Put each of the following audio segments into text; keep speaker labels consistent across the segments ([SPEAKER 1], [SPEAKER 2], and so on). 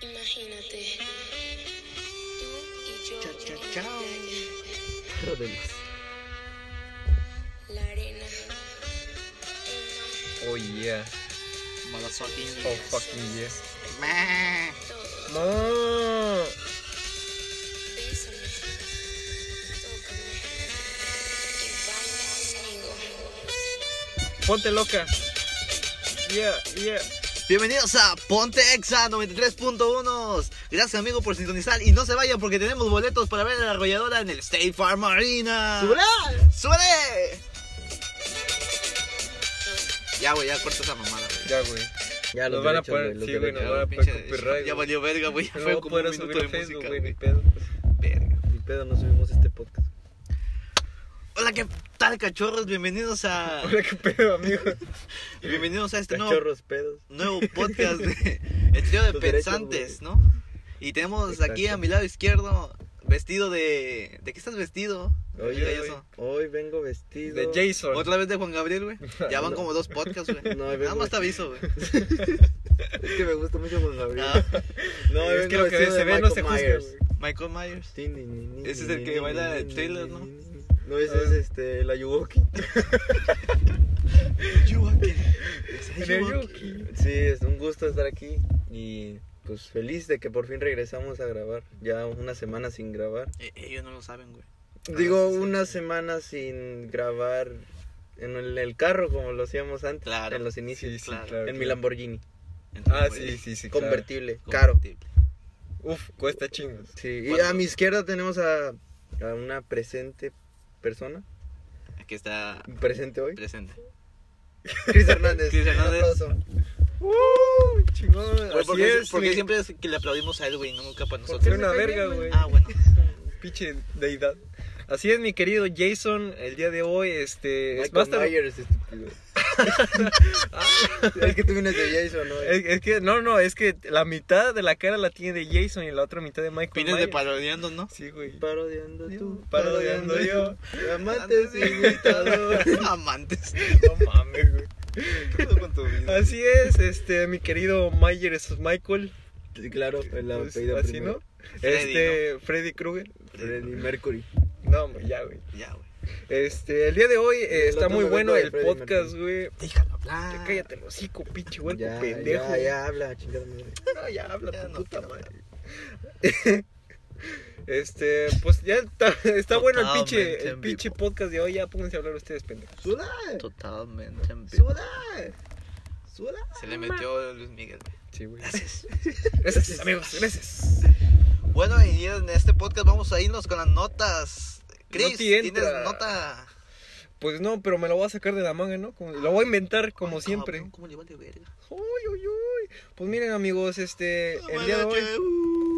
[SPEAKER 1] Imagínate. Tú y yo.
[SPEAKER 2] Chao, chao,
[SPEAKER 1] en la
[SPEAKER 2] chao.
[SPEAKER 1] playa,
[SPEAKER 2] Pero de más.
[SPEAKER 1] La arena. El
[SPEAKER 3] Oh yeah.
[SPEAKER 1] mar,
[SPEAKER 3] Oh
[SPEAKER 1] las
[SPEAKER 3] fucking yeah.
[SPEAKER 1] olas, Todo.
[SPEAKER 3] No.
[SPEAKER 1] Bésame. Tócame. Y baila conmigo.
[SPEAKER 3] Ponte loca. Yeah, yeah.
[SPEAKER 2] Bienvenidos a Ponte Exa 93.1. Gracias, amigo, por sintonizar. Y no se vayan porque tenemos boletos para ver a la arrolladora en el State Farm Arena. ¡Súbele! Ya, güey, ya corta esa mamada, güey.
[SPEAKER 3] Ya, güey.
[SPEAKER 4] Ya
[SPEAKER 3] Nos
[SPEAKER 4] los
[SPEAKER 3] van a
[SPEAKER 4] derechos,
[SPEAKER 3] poner-
[SPEAKER 4] güey, los
[SPEAKER 3] sí, güey, nos
[SPEAKER 4] derechos.
[SPEAKER 3] van a-
[SPEAKER 2] Pinche-
[SPEAKER 3] copyright,
[SPEAKER 2] ya
[SPEAKER 3] güey.
[SPEAKER 2] valió verga, güey.
[SPEAKER 3] No
[SPEAKER 2] Fue
[SPEAKER 3] voy a
[SPEAKER 2] como un
[SPEAKER 3] poder
[SPEAKER 2] minuto
[SPEAKER 3] subir
[SPEAKER 2] de
[SPEAKER 3] a Facebook,
[SPEAKER 2] música,
[SPEAKER 3] güey, ni
[SPEAKER 2] güey.
[SPEAKER 3] pedo.
[SPEAKER 2] Verga.
[SPEAKER 4] Ni pedo, no subimos este podcast.
[SPEAKER 2] Hola, ¿qué tal, cachorros? Bienvenidos a...
[SPEAKER 3] Hola, qué pedo, amigo.
[SPEAKER 2] Bienvenidos a este nuevo,
[SPEAKER 4] Cachorros, pedos.
[SPEAKER 2] nuevo podcast de El Trío de
[SPEAKER 4] Los derechos,
[SPEAKER 2] Pensantes,
[SPEAKER 4] güey.
[SPEAKER 2] ¿no? Y tenemos aquí a
[SPEAKER 4] Exacto.
[SPEAKER 2] mi lado izquierdo, vestido de... ¿De qué estás vestido?
[SPEAKER 4] Oye,
[SPEAKER 2] Mira,
[SPEAKER 4] hoy,
[SPEAKER 2] eso.
[SPEAKER 4] hoy vengo vestido.
[SPEAKER 3] De Jason.
[SPEAKER 2] Otra vez de Juan Gabriel, güey. Ya van
[SPEAKER 4] No.
[SPEAKER 2] como dos podcasts, güey.
[SPEAKER 4] No,
[SPEAKER 2] Nada
[SPEAKER 4] vengo-
[SPEAKER 2] más te aviso, güey.
[SPEAKER 4] Es que me gusta mucho Juan Gabriel.
[SPEAKER 2] Ah,
[SPEAKER 4] No,
[SPEAKER 3] es
[SPEAKER 4] vengo
[SPEAKER 3] que lo que
[SPEAKER 4] vestido
[SPEAKER 3] se
[SPEAKER 4] de
[SPEAKER 3] ve no
[SPEAKER 4] Michael
[SPEAKER 3] se juzga,
[SPEAKER 4] Myers.
[SPEAKER 3] güey.
[SPEAKER 2] Michael Myers.
[SPEAKER 4] Tin, ni, ni, ni,
[SPEAKER 2] Ese es
[SPEAKER 4] ni,
[SPEAKER 2] el
[SPEAKER 4] ni,
[SPEAKER 2] que
[SPEAKER 4] ni,
[SPEAKER 2] baila
[SPEAKER 4] ni,
[SPEAKER 2] el
[SPEAKER 4] ni,
[SPEAKER 2] thriller,
[SPEAKER 4] ni,
[SPEAKER 2] ¿no?
[SPEAKER 4] ni, ni. No, ese es este, la Yuwoki.
[SPEAKER 2] You again.
[SPEAKER 3] En
[SPEAKER 2] You
[SPEAKER 3] el
[SPEAKER 2] again.
[SPEAKER 3] Yuki.
[SPEAKER 4] Sí, es un gusto estar aquí y pues feliz de que por fin regresamos a grabar. Ya una semana sin grabar.
[SPEAKER 2] Eh, Ellos no lo saben, güey.
[SPEAKER 3] Ah,
[SPEAKER 4] Digo,
[SPEAKER 2] sí, sí.
[SPEAKER 4] una semana sin grabar en el, el carro como lo hacíamos antes,
[SPEAKER 2] Claro.
[SPEAKER 4] en los inicios.
[SPEAKER 3] Sí, sí,
[SPEAKER 2] Claro.
[SPEAKER 3] claro.
[SPEAKER 4] en mi Lamborghini,
[SPEAKER 3] Ah,
[SPEAKER 2] Entonces,
[SPEAKER 3] sí, sí, sí. claro.
[SPEAKER 4] convertible,
[SPEAKER 2] güey,
[SPEAKER 4] caro.
[SPEAKER 2] convertible.
[SPEAKER 3] Uf, cuesta chingos.
[SPEAKER 4] Sí, y
[SPEAKER 2] ¿Cuándo?
[SPEAKER 4] a mi izquierda tenemos a, a una presente persona,
[SPEAKER 2] Aquí está
[SPEAKER 4] presente hoy,
[SPEAKER 2] presente.
[SPEAKER 4] Cris Hernández.
[SPEAKER 2] Cris Hernández.
[SPEAKER 4] Un aplauso.
[SPEAKER 3] Uh, chingón.
[SPEAKER 2] Güey, ¿por
[SPEAKER 3] Así
[SPEAKER 2] qué-
[SPEAKER 3] es.
[SPEAKER 2] ¿Por qué
[SPEAKER 3] mi-
[SPEAKER 2] siempre es que le aplaudimos a él, güey? Nunca para
[SPEAKER 3] Porque
[SPEAKER 2] nosotros.
[SPEAKER 3] es una verga, güey.
[SPEAKER 2] Ah, bueno.
[SPEAKER 3] Pinche deidad. Así es, mi querido Jason. El día de hoy, este. es
[SPEAKER 4] Michael
[SPEAKER 3] más tar-
[SPEAKER 4] Myers, estúpido. es que tú vienes de Jason, ¿no?
[SPEAKER 3] Es, es que, no, no, es que la mitad de la cara la tiene de Jason y la otra mitad de Michael.
[SPEAKER 2] Vienes de
[SPEAKER 3] Myers.
[SPEAKER 2] parodiando, ¿no?
[SPEAKER 3] Sí, güey.
[SPEAKER 4] Parodiando tú,
[SPEAKER 3] Parodiando yo.
[SPEAKER 4] Amantes y invitados.
[SPEAKER 2] Amantes.
[SPEAKER 3] No mames, güey.
[SPEAKER 2] Todo con tu vida.
[SPEAKER 3] Así es, este, mi querido Myers Michael.
[SPEAKER 4] Sí, Claro, el
[SPEAKER 3] Pues,
[SPEAKER 4] apellido
[SPEAKER 3] así,
[SPEAKER 4] primero.
[SPEAKER 3] ¿no?
[SPEAKER 2] Freddy,
[SPEAKER 3] este, Freddy Krueger.
[SPEAKER 4] Freddie Mercury.
[SPEAKER 3] No, hombre, ya, güey.
[SPEAKER 2] Ya, güey.
[SPEAKER 3] Este, el día de hoy eh,
[SPEAKER 4] El
[SPEAKER 3] está
[SPEAKER 4] otro
[SPEAKER 3] muy
[SPEAKER 4] me
[SPEAKER 3] bueno
[SPEAKER 4] acuerdo de
[SPEAKER 3] el
[SPEAKER 4] Freddie
[SPEAKER 3] podcast, güey.
[SPEAKER 2] Déjalo hablar.
[SPEAKER 3] Cállate el hocico, pinche huerco
[SPEAKER 4] ya,
[SPEAKER 3] pendejo.
[SPEAKER 4] ya, ya habla, chingada madre.
[SPEAKER 3] No, ya habla
[SPEAKER 2] Ya
[SPEAKER 3] tu
[SPEAKER 2] no
[SPEAKER 3] puta
[SPEAKER 2] quiero
[SPEAKER 3] madre. este, pues ya está, está bueno el
[SPEAKER 2] Totalmente
[SPEAKER 3] pinche, el
[SPEAKER 2] en
[SPEAKER 3] pinche
[SPEAKER 2] vivo.
[SPEAKER 3] podcast de hoy. Ya pónganse a hablar ustedes, pendejos.
[SPEAKER 4] ¡Suda!
[SPEAKER 2] Totalmente. en vivo.
[SPEAKER 4] ¡Suda! ¡Suda!
[SPEAKER 2] Se le metió Luis Miguel, güey.
[SPEAKER 3] Sí, güey.
[SPEAKER 2] Gracias.
[SPEAKER 3] Gracias, amigos, gracias.
[SPEAKER 2] Bueno, y en este podcast vamos a irnos con las notas. Chris,
[SPEAKER 3] No te
[SPEAKER 2] ¿tienes
[SPEAKER 3] entra.
[SPEAKER 2] nota?
[SPEAKER 3] Pues no, pero me lo voy a sacar de la manga, ¿no? Como- lo voy a inventar como
[SPEAKER 2] Ay,
[SPEAKER 3] siempre.
[SPEAKER 2] cabrón, ¿Cómo le vale verga?
[SPEAKER 3] Uy, uy, uy. Pues miren, amigos, este, el día de hoy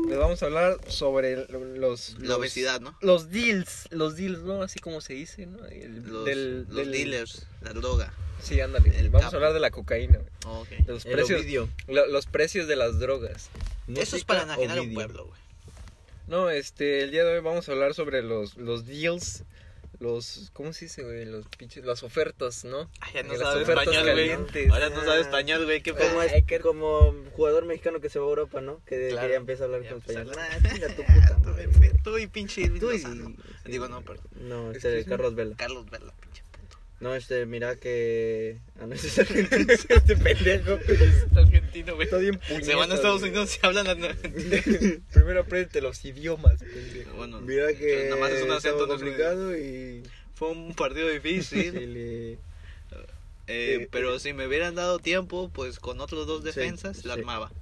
[SPEAKER 3] les vamos a hablar sobre el- los,
[SPEAKER 2] La
[SPEAKER 3] los-
[SPEAKER 2] obesidad, ¿no?
[SPEAKER 3] Los deals, los deals, ¿no? Así como se dice, ¿no? El-
[SPEAKER 2] Los,
[SPEAKER 3] del-
[SPEAKER 2] los
[SPEAKER 3] del-
[SPEAKER 2] dealers, la droga.
[SPEAKER 3] Sí, ándale.
[SPEAKER 2] el
[SPEAKER 3] vamos
[SPEAKER 2] capo.
[SPEAKER 3] a hablar de la cocaína, güey.
[SPEAKER 2] Ok.
[SPEAKER 3] de los precios, lo- los precios de las drogas.
[SPEAKER 2] Eso es para enajenar a un pueblo, güey.
[SPEAKER 3] No, este, el día de hoy vamos a hablar sobre los, los deals, los, ¿cómo se dice, güey? Los pinches, las ofertas, ¿no?
[SPEAKER 2] Ay, ya no
[SPEAKER 3] Las
[SPEAKER 2] sabe
[SPEAKER 3] ofertas
[SPEAKER 2] español, güey.
[SPEAKER 3] calientes.
[SPEAKER 2] Ahora no sabe español, güey. ¿Qué
[SPEAKER 4] Como,
[SPEAKER 2] pedo?
[SPEAKER 4] es- como jugador mexicano que se va a Europa, ¿no? Que
[SPEAKER 2] Claro.
[SPEAKER 4] quería empezar a hablar
[SPEAKER 2] Ya,
[SPEAKER 4] con
[SPEAKER 2] pues,
[SPEAKER 4] español.
[SPEAKER 2] habla.
[SPEAKER 4] Ah, chinga tu puta
[SPEAKER 2] Tú,
[SPEAKER 4] madre.
[SPEAKER 2] güey, Tú y pinche Irving
[SPEAKER 4] Tú y-
[SPEAKER 2] Lozano. Digo, no, perdón.
[SPEAKER 4] No,
[SPEAKER 3] Es
[SPEAKER 4] este
[SPEAKER 3] que
[SPEAKER 4] de
[SPEAKER 3] es un-
[SPEAKER 4] Carlos Vela.
[SPEAKER 2] Carlos Vela, pinche.
[SPEAKER 4] No, este, mira que. Ah, no, ese es argentino.
[SPEAKER 3] este pendejo
[SPEAKER 2] Argentino, güey.
[SPEAKER 3] está bien
[SPEAKER 2] Se van a
[SPEAKER 3] puñetas,
[SPEAKER 2] Estados
[SPEAKER 3] güey.
[SPEAKER 2] Unidos y hablan argentino.
[SPEAKER 3] Primero aprende los idiomas, pendejo.
[SPEAKER 2] Bueno,
[SPEAKER 4] Mira que.
[SPEAKER 2] Nada más es un acento
[SPEAKER 4] estaba
[SPEAKER 2] no es un-
[SPEAKER 4] complicado y.
[SPEAKER 2] Fue un partido difícil.
[SPEAKER 4] Chile.
[SPEAKER 2] eh, pero si me hubieran dado tiempo, pues con otros dos defensas la
[SPEAKER 4] sí.
[SPEAKER 2] armaba.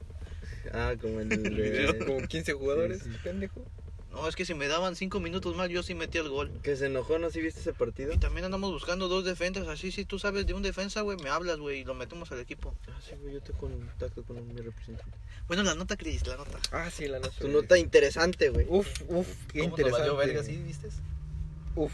[SPEAKER 4] Ah, como en el.
[SPEAKER 3] Tuvieron
[SPEAKER 4] de-
[SPEAKER 3] Eh, como 15 jugadores,
[SPEAKER 4] Sí, sí.
[SPEAKER 3] pendejo.
[SPEAKER 2] No, es que si me daban cinco minutos más, yo sí metía el gol.
[SPEAKER 4] Que se enojó, ¿no? Si viste ese partido.
[SPEAKER 2] Y también andamos buscando dos defensas. Así, si tú sabes de un defensa, güey, me hablas, güey, y lo metemos al equipo.
[SPEAKER 4] Ah, sí, güey, yo te contacto con mi representante.
[SPEAKER 2] Bueno, la nota, Cris, la nota.
[SPEAKER 3] Ah, sí, la nota.
[SPEAKER 4] Tu nota interesante, güey.
[SPEAKER 2] Uh,
[SPEAKER 3] Uf, uf, qué interesante.
[SPEAKER 2] viste?
[SPEAKER 3] Uf.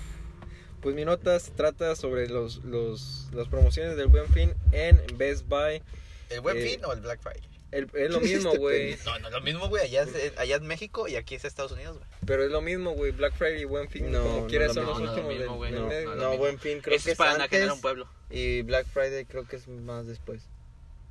[SPEAKER 3] Pues mi nota se trata sobre los, los, las promociones del Buen Fin en Best Buy.
[SPEAKER 2] ¿El buen
[SPEAKER 3] Eh,
[SPEAKER 2] fin o el Black Friday?
[SPEAKER 3] El- es lo mismo,
[SPEAKER 4] Este
[SPEAKER 3] güey.
[SPEAKER 2] No, no, lo mismo, güey. Allá es, eh, allá es México y aquí es Estados Unidos, güey.
[SPEAKER 3] Pero es lo mismo, güey. Black Friday y Buen Fin,
[SPEAKER 4] No,
[SPEAKER 3] como
[SPEAKER 4] no
[SPEAKER 3] quieras,
[SPEAKER 4] lo
[SPEAKER 3] son
[SPEAKER 2] mismo. No, no
[SPEAKER 3] los
[SPEAKER 2] lo
[SPEAKER 3] últimos del-
[SPEAKER 2] mismo, güey,
[SPEAKER 3] del
[SPEAKER 4] No,
[SPEAKER 3] mes,
[SPEAKER 2] no,
[SPEAKER 3] güey.
[SPEAKER 2] no.
[SPEAKER 4] buen fin, creo
[SPEAKER 2] Ese
[SPEAKER 4] que
[SPEAKER 2] es
[SPEAKER 4] es
[SPEAKER 2] para enajenar
[SPEAKER 4] antes.
[SPEAKER 2] a un pueblo.
[SPEAKER 4] Y Black Friday creo que es más después.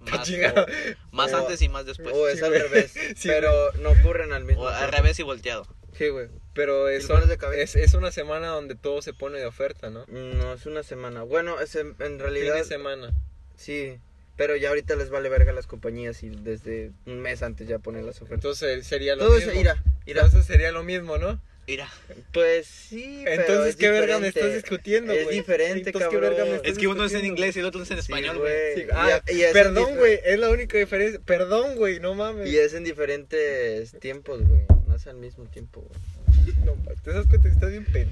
[SPEAKER 3] Pa'
[SPEAKER 2] Más,
[SPEAKER 3] chingar.
[SPEAKER 2] o- más
[SPEAKER 4] O-
[SPEAKER 2] antes y más después.
[SPEAKER 4] o Oh, es
[SPEAKER 3] sí,
[SPEAKER 4] al
[SPEAKER 3] güey.
[SPEAKER 4] revés.
[SPEAKER 3] Sí,
[SPEAKER 4] pero no ocurren al mismo
[SPEAKER 2] O al
[SPEAKER 4] tiempo.
[SPEAKER 2] revés y volteado.
[SPEAKER 3] Sí, güey. Pero es,
[SPEAKER 4] Silbanes de cabeza.
[SPEAKER 3] es, es una semana donde todo se pone de oferta, ¿no?
[SPEAKER 4] Mm, No, es una semana. Bueno, es en, en
[SPEAKER 3] Fin
[SPEAKER 4] realidad.
[SPEAKER 3] de semana.
[SPEAKER 4] Sí. Pero ya ahorita les vale verga a las compañías y desde un mes antes ya ponen las ofertas.
[SPEAKER 3] Entonces sería lo
[SPEAKER 4] Todo
[SPEAKER 3] mismo.
[SPEAKER 4] se irá. irá.
[SPEAKER 3] Entonces sería lo mismo, ¿no?
[SPEAKER 2] Mira,
[SPEAKER 4] Pues sí. pero
[SPEAKER 3] Entonces,
[SPEAKER 4] es
[SPEAKER 3] ¿qué verga me estás
[SPEAKER 4] diferente.
[SPEAKER 3] discutiendo, güey?
[SPEAKER 4] Es diferente,
[SPEAKER 3] Entonces, ¿qué
[SPEAKER 4] cabrón.
[SPEAKER 3] verga me estás
[SPEAKER 2] es que uno es en
[SPEAKER 3] discutiendo?
[SPEAKER 2] inglés y el otro es en
[SPEAKER 4] Sí,
[SPEAKER 2] español, güey.
[SPEAKER 3] Sí,
[SPEAKER 4] Y-
[SPEAKER 3] ah,
[SPEAKER 4] y es en
[SPEAKER 3] perdón,
[SPEAKER 4] difer-
[SPEAKER 3] güey, es la única diferencia. Perdón, güey, no mames.
[SPEAKER 4] Y es en diferentes tiempos, güey. No es al mismo tiempo, güey.
[SPEAKER 3] No, te das cuenta que estás bien pen.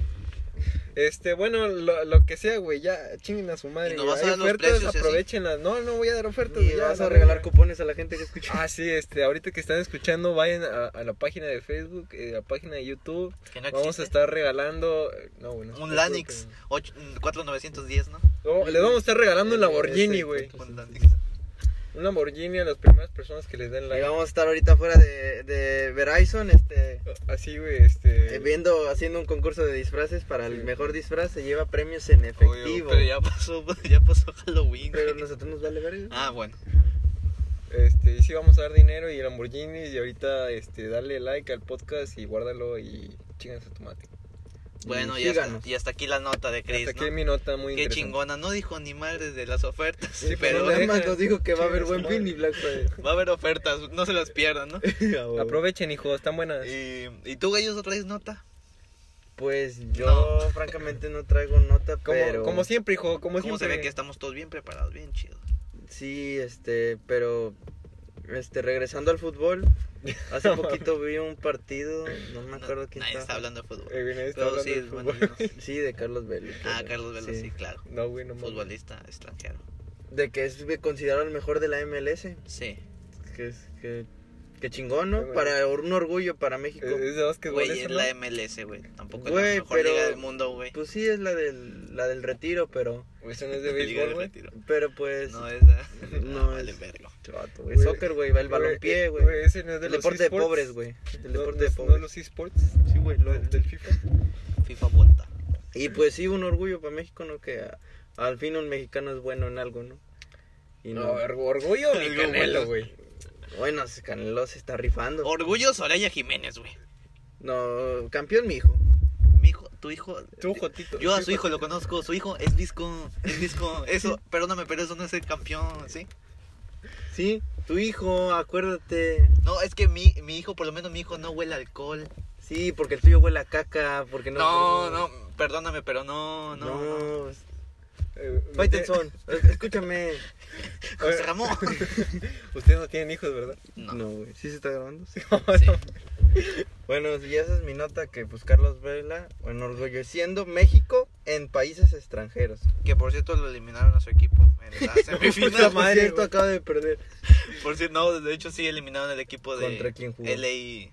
[SPEAKER 3] Este, bueno, lo, lo que sea, güey, ya chinguen a su madre.
[SPEAKER 2] Y no
[SPEAKER 3] güey,
[SPEAKER 2] vas a
[SPEAKER 3] hay
[SPEAKER 2] dar los
[SPEAKER 3] ofertas,
[SPEAKER 2] precios ¿eh? y así.
[SPEAKER 3] aprovechenlas. No, no voy a dar ofertas.
[SPEAKER 4] Y
[SPEAKER 3] güey, ya,
[SPEAKER 4] vas
[SPEAKER 3] la
[SPEAKER 4] a regalar
[SPEAKER 3] verga.
[SPEAKER 4] cupones a la gente que escucha.
[SPEAKER 3] Ah, sí, este, ahorita que están escuchando, vayan a, a la página de Facebook, eh, a la página de YouTube.
[SPEAKER 2] Que no
[SPEAKER 3] Vamos a
[SPEAKER 2] existe.
[SPEAKER 3] estar regalando. eh, No, bueno.
[SPEAKER 2] Un Lanix 8 4910, ¿no?
[SPEAKER 3] les vamos a estar regalando un
[SPEAKER 4] Sí,
[SPEAKER 3] Lamborghini,
[SPEAKER 4] sí,
[SPEAKER 3] güey.
[SPEAKER 4] sí,
[SPEAKER 2] Un Lanix.
[SPEAKER 3] Un Lamborghini a las primeras personas que les den
[SPEAKER 4] Y
[SPEAKER 3] like.
[SPEAKER 4] vamos a estar ahorita fuera de, de Verizon, este.
[SPEAKER 3] Así, güey, este.
[SPEAKER 4] eh, Viendo, haciendo un concurso de disfraces para el mejor disfraz se lleva premios en efectivo.
[SPEAKER 2] Obvio, pero ya pasó, ya pasó Halloween.
[SPEAKER 4] Pero
[SPEAKER 2] güey.
[SPEAKER 4] nosotros nos vale verga.
[SPEAKER 2] Ah, bueno.
[SPEAKER 3] Este, y sí vamos a dar dinero y Lamborghinis y ahorita este dale like al podcast y guárdalo y chingas a tu mate.
[SPEAKER 2] Bueno,
[SPEAKER 4] Y
[SPEAKER 2] y hasta,
[SPEAKER 4] síganos.
[SPEAKER 2] y hasta aquí la nota de Chris,
[SPEAKER 3] Hasta aquí
[SPEAKER 2] ¿no?
[SPEAKER 3] mi nota muy
[SPEAKER 2] Qué
[SPEAKER 3] interesante.
[SPEAKER 2] chingona, no dijo ni madres de las ofertas,
[SPEAKER 3] Sí,
[SPEAKER 2] pero
[SPEAKER 3] pero
[SPEAKER 4] nada más
[SPEAKER 3] deja-
[SPEAKER 4] nos dijo que va a haber
[SPEAKER 3] chinga su
[SPEAKER 4] buen fin
[SPEAKER 3] madre.
[SPEAKER 4] y Black
[SPEAKER 2] va a haber ofertas, no se las pierdan, ¿no?
[SPEAKER 4] Friday.
[SPEAKER 3] Aprovechen, hijo, están buenas.
[SPEAKER 2] Y, ¿y tú, Gallos, traes nota?
[SPEAKER 4] Pues yo francamente no traigo nota,
[SPEAKER 3] Como,
[SPEAKER 4] pero
[SPEAKER 3] como siempre, hijo, como
[SPEAKER 2] ¿Cómo
[SPEAKER 3] siempre.
[SPEAKER 2] se ve que estamos todos bien preparados, bien chidos?
[SPEAKER 4] sí, este, pero este regresando al fútbol, hace poquito vi un partido, no me acuerdo quién
[SPEAKER 2] Nadie está
[SPEAKER 4] estaba.
[SPEAKER 2] hablando de fútbol.
[SPEAKER 3] Eh, güey, nadie está
[SPEAKER 2] Pero
[SPEAKER 3] hablando
[SPEAKER 2] sí,
[SPEAKER 3] del
[SPEAKER 2] es bueno.
[SPEAKER 3] fútbol.
[SPEAKER 2] no.
[SPEAKER 4] Sí, de Carlos Vela.
[SPEAKER 2] Ah, Carlos Velo, sí, claro.
[SPEAKER 3] No, güey, no mames.
[SPEAKER 2] Futbolista extranjero.
[SPEAKER 4] De que es considerado el mejor de la MLS,
[SPEAKER 2] Sí.
[SPEAKER 4] que es que que chingón,
[SPEAKER 3] Qué
[SPEAKER 4] ¿no?
[SPEAKER 3] bueno. Eh,
[SPEAKER 4] Para un orgullo para
[SPEAKER 3] Es-
[SPEAKER 4] México.
[SPEAKER 3] Es de básquetbol
[SPEAKER 2] Güey,
[SPEAKER 3] eso,
[SPEAKER 2] es
[SPEAKER 3] ¿no?
[SPEAKER 2] la em- MLS, güey. Tampoco es
[SPEAKER 4] Güey,
[SPEAKER 2] la mejor
[SPEAKER 4] pero-
[SPEAKER 2] liga del mundo, güey.
[SPEAKER 4] Pues sí es la del la del retiro, pero
[SPEAKER 3] Güey, Eso no es de
[SPEAKER 2] Liga
[SPEAKER 3] béisbol,
[SPEAKER 2] del
[SPEAKER 3] güey.
[SPEAKER 2] retiro.
[SPEAKER 4] pero pues
[SPEAKER 2] No es. ah,
[SPEAKER 4] No
[SPEAKER 2] vale,
[SPEAKER 4] es.
[SPEAKER 2] verga.
[SPEAKER 4] Chato, güey,
[SPEAKER 3] eh. Güey, eh,
[SPEAKER 4] soccer, güey, va el balompié, güey.
[SPEAKER 3] Ese no es de
[SPEAKER 4] El
[SPEAKER 3] los
[SPEAKER 4] deporte de
[SPEAKER 3] esports.
[SPEAKER 4] pobres, güey. El
[SPEAKER 3] No,
[SPEAKER 4] deporte
[SPEAKER 3] no
[SPEAKER 4] de
[SPEAKER 3] es- no
[SPEAKER 4] pobres.
[SPEAKER 3] los esports. Sí, güey, lo del FIFA.
[SPEAKER 2] FIFA Volta.
[SPEAKER 4] Y pues sí, un orgullo para México, ¿no? Que a- al fin un mexicano es bueno en algo, ¿no? Y
[SPEAKER 3] No,
[SPEAKER 4] no.
[SPEAKER 3] org- orgullo mi
[SPEAKER 2] Algo bueno.
[SPEAKER 3] canelo, güey.
[SPEAKER 4] Bueno, ese Canelo se está rifando.
[SPEAKER 2] Orgullo Soraya Jiménez, güey.
[SPEAKER 4] No, campeón mi hijo.
[SPEAKER 2] Mi hijo, tu hijo.
[SPEAKER 3] Tú, Jotito.
[SPEAKER 2] Yo a
[SPEAKER 3] tú,
[SPEAKER 2] su hijo lo conozco, su hijo es disco, es disco, eso, perdóname, pero eso no es el campeón, ¿sí?
[SPEAKER 4] Sí, tu hijo, acuérdate.
[SPEAKER 2] No, es que mi, mi hijo, por lo menos mi hijo no huele a alcohol.
[SPEAKER 4] Sí, porque el tuyo huele a caca, porque no.
[SPEAKER 2] No, no, perdóname, pero no, no, no.
[SPEAKER 4] No.
[SPEAKER 3] Eh,
[SPEAKER 4] Faitelson, es- escúchame.
[SPEAKER 2] José Ramón.
[SPEAKER 3] Ustedes no tienen hijos, ¿verdad?
[SPEAKER 2] No.
[SPEAKER 4] No, güey. ¿Sí se está grabando? Sí.
[SPEAKER 2] Sí.
[SPEAKER 4] Bueno, y esa es mi nota que pues Carlos Vela enorgulleciendo México en países extranjeros.
[SPEAKER 2] Que por cierto lo eliminaron a su equipo en la
[SPEAKER 4] Puta
[SPEAKER 2] semifinal.
[SPEAKER 4] madre,
[SPEAKER 3] güey.
[SPEAKER 4] esto acaba de perder.
[SPEAKER 2] por cierto, no, de hecho sí eliminaron el equipo de
[SPEAKER 4] ¿Contra quién jugó?
[SPEAKER 2] LA,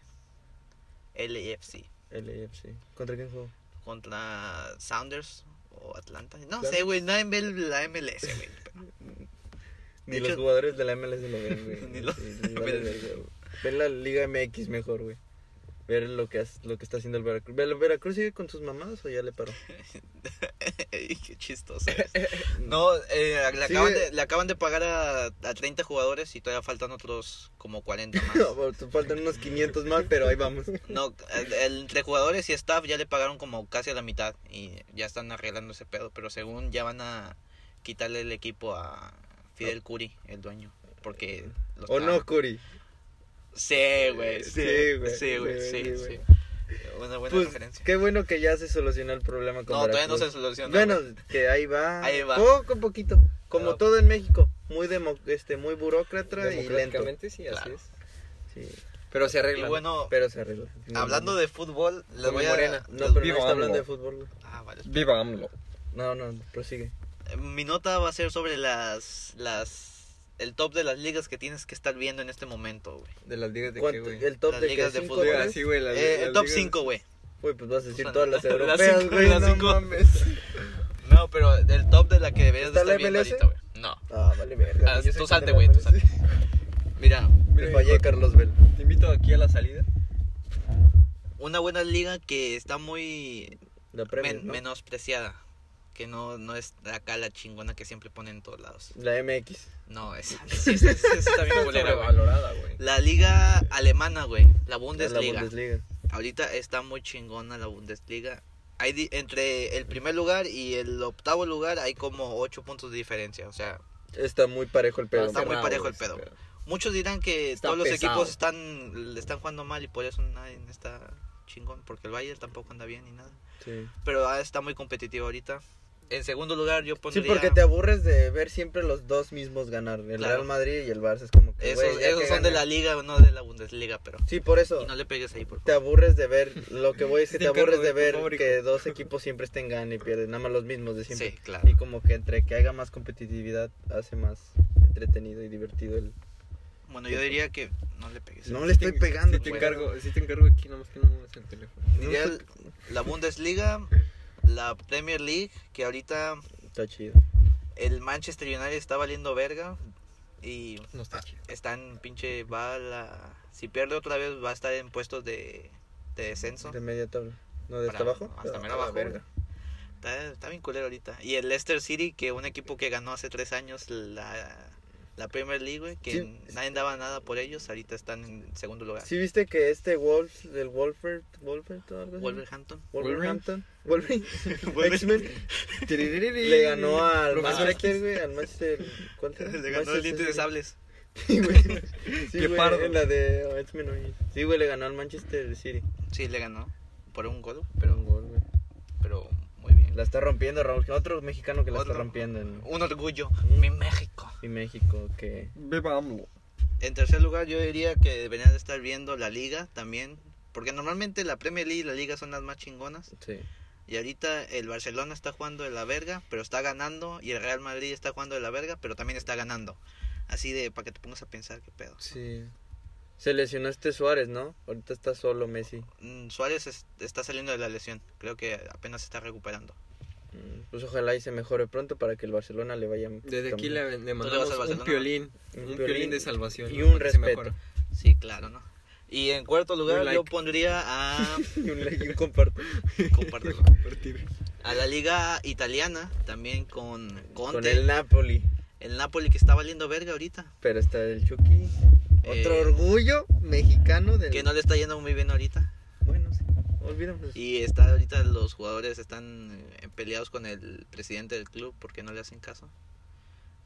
[SPEAKER 2] LAFC.
[SPEAKER 4] LAFC. ¿Contra quién jugó?
[SPEAKER 2] Contra Sounders o Atlanta. No sé, güey, nadie ve la MLS, güey.
[SPEAKER 4] Ni
[SPEAKER 2] De
[SPEAKER 4] los
[SPEAKER 2] hecho-
[SPEAKER 4] jugadores de la MLS lo ven, güey.
[SPEAKER 2] Ni los-
[SPEAKER 4] Sí, les vale verga, güey. Ver la Liga MX mejor, güey. Ver lo que, has- lo que está haciendo el Veracruz. ¿Ver- ¿Veracruz sigue con sus mamadas o ya le paró?
[SPEAKER 2] Ey, Qué chistoso. es. No, eh, le, acaban
[SPEAKER 4] Sí.
[SPEAKER 2] de, le acaban de pagar a, a 30 jugadores y todavía faltan otros como 40 más.
[SPEAKER 4] No, bueno, te faltan unos 500 más, pero ahí vamos.
[SPEAKER 2] No, el- el- entre jugadores y staff ya le pagaron como casi a la mitad y ya están arreglando ese pedo, pero según ya van a quitarle el equipo a Fidel Curi, el dueño, porque... lo
[SPEAKER 4] Oh. ¿O
[SPEAKER 2] está-
[SPEAKER 4] no, Curi?
[SPEAKER 2] Sí, güey, sí,
[SPEAKER 4] Sí, güey,
[SPEAKER 2] sí, güey,
[SPEAKER 4] sí,
[SPEAKER 2] sí,
[SPEAKER 4] güey.
[SPEAKER 2] sí. Una buena
[SPEAKER 4] Pues
[SPEAKER 2] referencia.
[SPEAKER 4] qué bueno que ya se solucionó el problema con
[SPEAKER 2] No, todavía no se
[SPEAKER 4] Veracruz.
[SPEAKER 2] soluciona.
[SPEAKER 4] Bueno,
[SPEAKER 2] güey.
[SPEAKER 4] que ahí va.
[SPEAKER 2] Ahí va.
[SPEAKER 4] Poco a poquito. Como
[SPEAKER 2] No.
[SPEAKER 4] todo en México. Muy, demo- este, muy burócrata y lento.
[SPEAKER 3] Democráticamente, sí, así
[SPEAKER 2] Claro.
[SPEAKER 3] es.
[SPEAKER 4] Sí,
[SPEAKER 3] Pero se
[SPEAKER 2] y
[SPEAKER 3] arregla.
[SPEAKER 2] bueno,
[SPEAKER 4] pero se arregla.
[SPEAKER 2] hablando de fútbol, les
[SPEAKER 3] Come
[SPEAKER 2] voy a...
[SPEAKER 3] morena.
[SPEAKER 4] No, pero
[SPEAKER 3] Vivo
[SPEAKER 4] no está hablando
[SPEAKER 3] AMLO.
[SPEAKER 4] de fútbol. güey.
[SPEAKER 2] Ah, vale.
[SPEAKER 3] Viva AMLO.
[SPEAKER 4] No, no, prosigue.
[SPEAKER 2] Mi nota va a ser sobre las las el top de las ligas que tienes que estar viendo en este momento, güey.
[SPEAKER 3] De las ligas de qué,
[SPEAKER 4] ¿Cuánto?
[SPEAKER 3] güey.
[SPEAKER 4] el top
[SPEAKER 2] Las
[SPEAKER 4] de
[SPEAKER 2] ligas
[SPEAKER 4] qué?
[SPEAKER 2] de
[SPEAKER 4] ¿Cinco
[SPEAKER 2] fútbol.
[SPEAKER 4] dólares?
[SPEAKER 3] Así, güey. las-
[SPEAKER 2] Eh,
[SPEAKER 3] las
[SPEAKER 2] el top
[SPEAKER 3] ligas-
[SPEAKER 2] 5, güey.
[SPEAKER 4] Güey, pues vas a decir
[SPEAKER 2] O sea,
[SPEAKER 4] todas las
[SPEAKER 2] las cinco-
[SPEAKER 4] europeas, güey.
[SPEAKER 2] las
[SPEAKER 4] No
[SPEAKER 2] cinco.
[SPEAKER 4] mames.
[SPEAKER 2] No, pero el top de la que deberías de
[SPEAKER 4] ¿Está la
[SPEAKER 2] estar viendo
[SPEAKER 4] MLS?
[SPEAKER 2] ahorita, güey. No.
[SPEAKER 4] Ah, vale, verga.
[SPEAKER 2] Ah,
[SPEAKER 4] Yo soy
[SPEAKER 2] tú
[SPEAKER 4] fan
[SPEAKER 2] salte,
[SPEAKER 4] de la
[SPEAKER 2] güey, tú
[SPEAKER 4] MLS.
[SPEAKER 2] salte. Mira,
[SPEAKER 4] Te fallé, Carlos Bell.
[SPEAKER 3] Te invito aquí a la salida.
[SPEAKER 2] una buena liga que está muy
[SPEAKER 4] La premio,
[SPEAKER 2] men- menospreciada. que no, no es acá la chingona que siempre ponen en todos lados.
[SPEAKER 4] La MX.
[SPEAKER 2] No, esa, sí, esa- esa está bien culera, güey.
[SPEAKER 3] Sobrevalorada, güey.
[SPEAKER 2] La liga alemana, güey, la
[SPEAKER 4] La
[SPEAKER 2] Bundesliga.
[SPEAKER 4] Bundesliga.
[SPEAKER 2] Ahorita está muy chingona la Bundesliga. Hay di- entre el primer lugar y el octavo lugar hay como ocho puntos de diferencia. O sea,
[SPEAKER 4] Está muy parejo el pedo.
[SPEAKER 2] Está muy
[SPEAKER 4] Cerrado.
[SPEAKER 2] parejo el
[SPEAKER 3] güey,
[SPEAKER 2] pedo.
[SPEAKER 3] ese
[SPEAKER 2] muchos dirán que
[SPEAKER 3] Está
[SPEAKER 2] todos los
[SPEAKER 3] pesado.
[SPEAKER 2] equipos están, le están jugando mal y por eso nadie está chingón. Porque el Bayern tampoco anda bien ni nada.
[SPEAKER 4] Sí.
[SPEAKER 2] Pero ah, está muy competitivo ahorita. En segundo lugar yo
[SPEAKER 4] Sí,
[SPEAKER 2] pondría...
[SPEAKER 4] porque te aburres de ver siempre los dos mismos ganar. El
[SPEAKER 2] Claro.
[SPEAKER 4] Real Madrid y el Barça es como que.
[SPEAKER 2] Esos,
[SPEAKER 4] güey, ya
[SPEAKER 2] esos
[SPEAKER 4] que
[SPEAKER 2] son de la
[SPEAKER 4] gane.
[SPEAKER 2] liga, no de la Bundesliga, pero...
[SPEAKER 4] Sí, por eso.
[SPEAKER 2] Y no le pegues ahí, por favor.
[SPEAKER 4] Te aburres de ver. Lo que voy es que
[SPEAKER 3] Sí,
[SPEAKER 4] te aburres de
[SPEAKER 3] Carlos,
[SPEAKER 4] ver
[SPEAKER 3] por favor, hijo.
[SPEAKER 4] que dos equipos siempre estén ganando y pierden. Nada más los mismos de siempre.
[SPEAKER 2] Sí, claro.
[SPEAKER 4] Y como que entre que haya más competitividad, hace más entretenido y divertido el.
[SPEAKER 2] Bueno, yo diría que no le pegues.
[SPEAKER 4] No
[SPEAKER 3] Sí
[SPEAKER 4] le
[SPEAKER 3] te-
[SPEAKER 4] estoy pegando.
[SPEAKER 3] Sí te
[SPEAKER 4] güey.
[SPEAKER 3] encargo, sí te encargo aquí, nomás que no muevas el teléfono.
[SPEAKER 2] Diría
[SPEAKER 4] No
[SPEAKER 2] la Bundesliga, la Premier League, que ahorita
[SPEAKER 4] Está chido.
[SPEAKER 2] el Manchester United está valiendo verga y
[SPEAKER 3] No está chido.
[SPEAKER 2] está en pinche va a la si pierde otra vez va a estar en puestos de, de descenso.
[SPEAKER 4] De media tabla. No, de hasta
[SPEAKER 2] Para-
[SPEAKER 4] abajo.
[SPEAKER 2] hasta
[SPEAKER 4] Ah,
[SPEAKER 2] mero
[SPEAKER 4] a la
[SPEAKER 2] abajo,
[SPEAKER 4] verga.
[SPEAKER 2] Está, está bien culero ahorita. Y el Leicester City, que un equipo que ganó hace tres años la, la Premier League, güey, que
[SPEAKER 4] Sí.
[SPEAKER 2] nadie daba nada por ellos, ahorita están en segundo lugar.
[SPEAKER 4] Sí, viste que este Wolves, del Wolford, Wolford, o algo así?
[SPEAKER 2] Wolverhampton.
[SPEAKER 4] Wolverhampton, Wolverine,
[SPEAKER 2] Wolverine.
[SPEAKER 4] X-Men, le ganó al Manchester, güey, al Manchester, ¿cuál fue?
[SPEAKER 2] Le ganó Pues el
[SPEAKER 4] Manchester
[SPEAKER 2] diente de
[SPEAKER 4] City.
[SPEAKER 2] sables.
[SPEAKER 4] Sí, güey, sí,
[SPEAKER 3] Qué
[SPEAKER 4] güey,
[SPEAKER 3] pardo.
[SPEAKER 4] en la de oh, X-Men, oye. sí, güey, le ganó al Manchester City,
[SPEAKER 2] Sí, le ganó. Por un gol,
[SPEAKER 4] pero un gol, güey,
[SPEAKER 2] pero muy bien.
[SPEAKER 4] la está rompiendo Raúl, otro mexicano que la está
[SPEAKER 2] Otro.
[SPEAKER 4] rompiendo en,
[SPEAKER 2] Un orgullo,
[SPEAKER 4] Mm.
[SPEAKER 2] mi México.
[SPEAKER 4] en México, que
[SPEAKER 3] Beba AMLO.
[SPEAKER 2] En tercer lugar, yo diría que deberían de estar viendo la liga también. Porque normalmente la Premier League y la liga son las más chingonas.
[SPEAKER 4] sí,
[SPEAKER 2] Y ahorita el Barcelona está jugando de la verga, pero está ganando. Y el Real Madrid está jugando de la verga, pero también está ganando. Así de, para que te pongas a pensar qué pedo.
[SPEAKER 4] sí, se lesionó este Suárez, ¿no? Ahorita está solo Messi,
[SPEAKER 2] Mm, Suárez es- está saliendo de la lesión. Creo que apenas se está recuperando.
[SPEAKER 4] Mm, pues ojalá y se mejore pronto para que el Barcelona le vaya
[SPEAKER 3] Desde aquí
[SPEAKER 4] también.
[SPEAKER 3] le, le
[SPEAKER 2] le vas
[SPEAKER 3] mandamos
[SPEAKER 2] al
[SPEAKER 3] un
[SPEAKER 2] Barcelona?
[SPEAKER 3] piolín.
[SPEAKER 4] Un
[SPEAKER 3] Un
[SPEAKER 4] piolín
[SPEAKER 3] piolín de salvación.
[SPEAKER 4] y
[SPEAKER 3] ¿no?
[SPEAKER 4] un
[SPEAKER 3] Para que se
[SPEAKER 4] respeto.
[SPEAKER 3] mejore.
[SPEAKER 2] Sí, claro, ¿no? Y en cuarto lugar,
[SPEAKER 3] Un like.
[SPEAKER 2] yo pondría a.
[SPEAKER 4] y un like y un comparte.
[SPEAKER 2] compártelo, A la liga italiana, también con Conte.
[SPEAKER 4] Con el Napoli.
[SPEAKER 2] El Napoli que está valiendo verga ahorita.
[SPEAKER 4] Pero está el Chucky. Otro
[SPEAKER 2] Eh,
[SPEAKER 4] orgullo mexicano del.
[SPEAKER 2] Que no le está yendo muy bien ahorita.
[SPEAKER 4] Bueno, sí. Olvidamos.
[SPEAKER 2] Y está ahorita los jugadores están eh, peleados con el presidente del club porque no le hacen caso.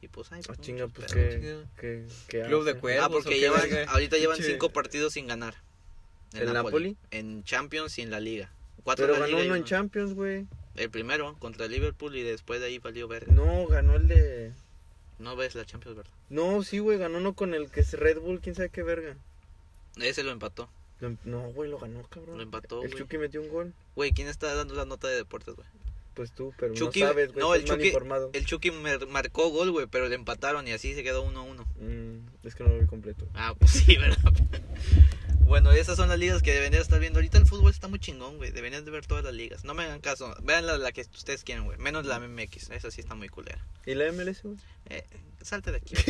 [SPEAKER 2] Y pues ay,
[SPEAKER 4] Ah,
[SPEAKER 2] pues,
[SPEAKER 4] chinga,
[SPEAKER 2] mucho
[SPEAKER 4] pues
[SPEAKER 2] pedo.
[SPEAKER 4] que. que, que
[SPEAKER 3] Club de
[SPEAKER 4] hace.
[SPEAKER 3] cuervos.
[SPEAKER 2] Ah,
[SPEAKER 3] ¿o
[SPEAKER 2] porque
[SPEAKER 3] qué
[SPEAKER 2] llevan,
[SPEAKER 3] verga?
[SPEAKER 2] ahorita llevan
[SPEAKER 3] Pinche-
[SPEAKER 2] cinco partidos sin ganar.
[SPEAKER 4] ¿El Napoli?
[SPEAKER 2] En Champions y en la Liga. Cuatro
[SPEAKER 4] Pero
[SPEAKER 2] en la
[SPEAKER 4] ganó
[SPEAKER 2] Liga y
[SPEAKER 4] uno en
[SPEAKER 2] uno-
[SPEAKER 4] Champions, güey.
[SPEAKER 2] El primero contra el Liverpool y después de ahí valió verga.
[SPEAKER 4] No, ganó el de.
[SPEAKER 2] No ves la Champions, ¿verdad?
[SPEAKER 4] No, sí, güey, ganó uno con el que es Red Bull, quién sabe qué verga.
[SPEAKER 2] Ese lo empató.
[SPEAKER 4] Lo em- No, güey, lo ganó, cabrón.
[SPEAKER 2] Lo empató,
[SPEAKER 4] El
[SPEAKER 2] güey.
[SPEAKER 4] Chucky metió un gol.
[SPEAKER 2] Güey, ¿quién está dando la nota de deportes, güey?
[SPEAKER 4] Pues tú, pero
[SPEAKER 2] Chucky-
[SPEAKER 4] no sabes, güey.
[SPEAKER 2] no, el
[SPEAKER 4] estás mal
[SPEAKER 2] Chucky-
[SPEAKER 4] informado.
[SPEAKER 2] El Chucky mer- marcó gol, güey, pero le empataron y así se quedó 1-1.
[SPEAKER 4] Mm, es que no lo vi completo.
[SPEAKER 2] Ah, pues sí, ¿verdad? Bueno, esas son las ligas que deberían estar viendo. Ahorita el fútbol está muy chingón, güey. Deberían de ver todas las ligas. No me hagan caso. Vean la, la que ustedes quieren, güey. Menos la MX. Esa sí está muy culera.
[SPEAKER 4] ¿Y la MLS, güey?
[SPEAKER 2] Eh, salte de aquí.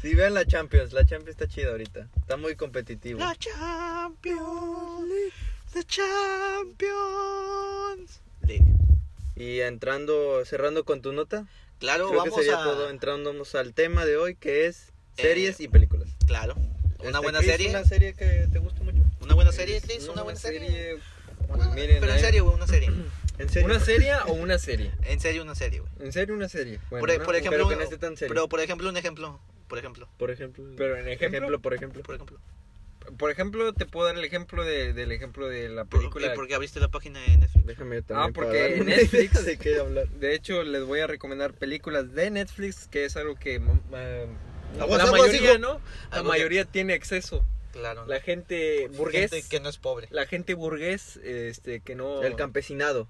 [SPEAKER 4] Sí, vean la Champions. La Champions está chida ahorita. Está muy competitivo.
[SPEAKER 2] la Champions League. La Champions League.
[SPEAKER 4] Y entrando, cerrando con tu nota,
[SPEAKER 2] Claro,
[SPEAKER 4] creo que
[SPEAKER 2] vamos
[SPEAKER 4] sería
[SPEAKER 2] a...
[SPEAKER 4] todo. Entrándonos al tema de hoy, que es
[SPEAKER 2] Eh,
[SPEAKER 4] series y películas.
[SPEAKER 2] Claro. Una
[SPEAKER 4] Este,
[SPEAKER 2] buena
[SPEAKER 4] Chris,
[SPEAKER 2] serie.
[SPEAKER 4] Una serie que te gusta mucho.
[SPEAKER 2] Una buena serie, Chris. Una buena serie.
[SPEAKER 3] Bueno,
[SPEAKER 4] Pues
[SPEAKER 2] Una-
[SPEAKER 3] miren,
[SPEAKER 2] Pero en
[SPEAKER 4] ¿eh?
[SPEAKER 3] ahí-
[SPEAKER 2] serio, güey. Una serie.
[SPEAKER 4] ¿En serio?
[SPEAKER 3] ¿Una serie o una serie?
[SPEAKER 2] En serio, una serie, güey.
[SPEAKER 3] En serio, una serie. Bueno,
[SPEAKER 2] por,
[SPEAKER 3] una-
[SPEAKER 2] por ejemplo,
[SPEAKER 4] pero que no
[SPEAKER 2] un-
[SPEAKER 4] esté tan serio.
[SPEAKER 2] pero por ejemplo, un ejemplo. Por ejemplo.
[SPEAKER 4] Por ejemplo.
[SPEAKER 3] Pero en ejemplo,
[SPEAKER 4] por ejemplo.
[SPEAKER 2] Por ejemplo.
[SPEAKER 3] por ejemplo, te puedo dar el ejemplo de- del ejemplo de la
[SPEAKER 2] Por-
[SPEAKER 3] película.
[SPEAKER 2] ¿Y por qué abriste la página de Netflix?
[SPEAKER 4] Déjame yo también.
[SPEAKER 3] Ah, porque
[SPEAKER 4] para darme una
[SPEAKER 3] Netflix-
[SPEAKER 4] idea de qué hablar.
[SPEAKER 3] De hecho, les voy a recomendar películas de Netflix, que es algo que mm, eh, la,
[SPEAKER 2] Aguas, aguas,
[SPEAKER 3] mayoría,
[SPEAKER 2] hijo.
[SPEAKER 3] ¿no? La
[SPEAKER 2] Algo
[SPEAKER 3] mayoría tiene acceso.
[SPEAKER 2] Claro.
[SPEAKER 3] La gente burgués,
[SPEAKER 2] Gente que no es pobre.
[SPEAKER 3] la gente burgués, este, que no...
[SPEAKER 4] El campesinado.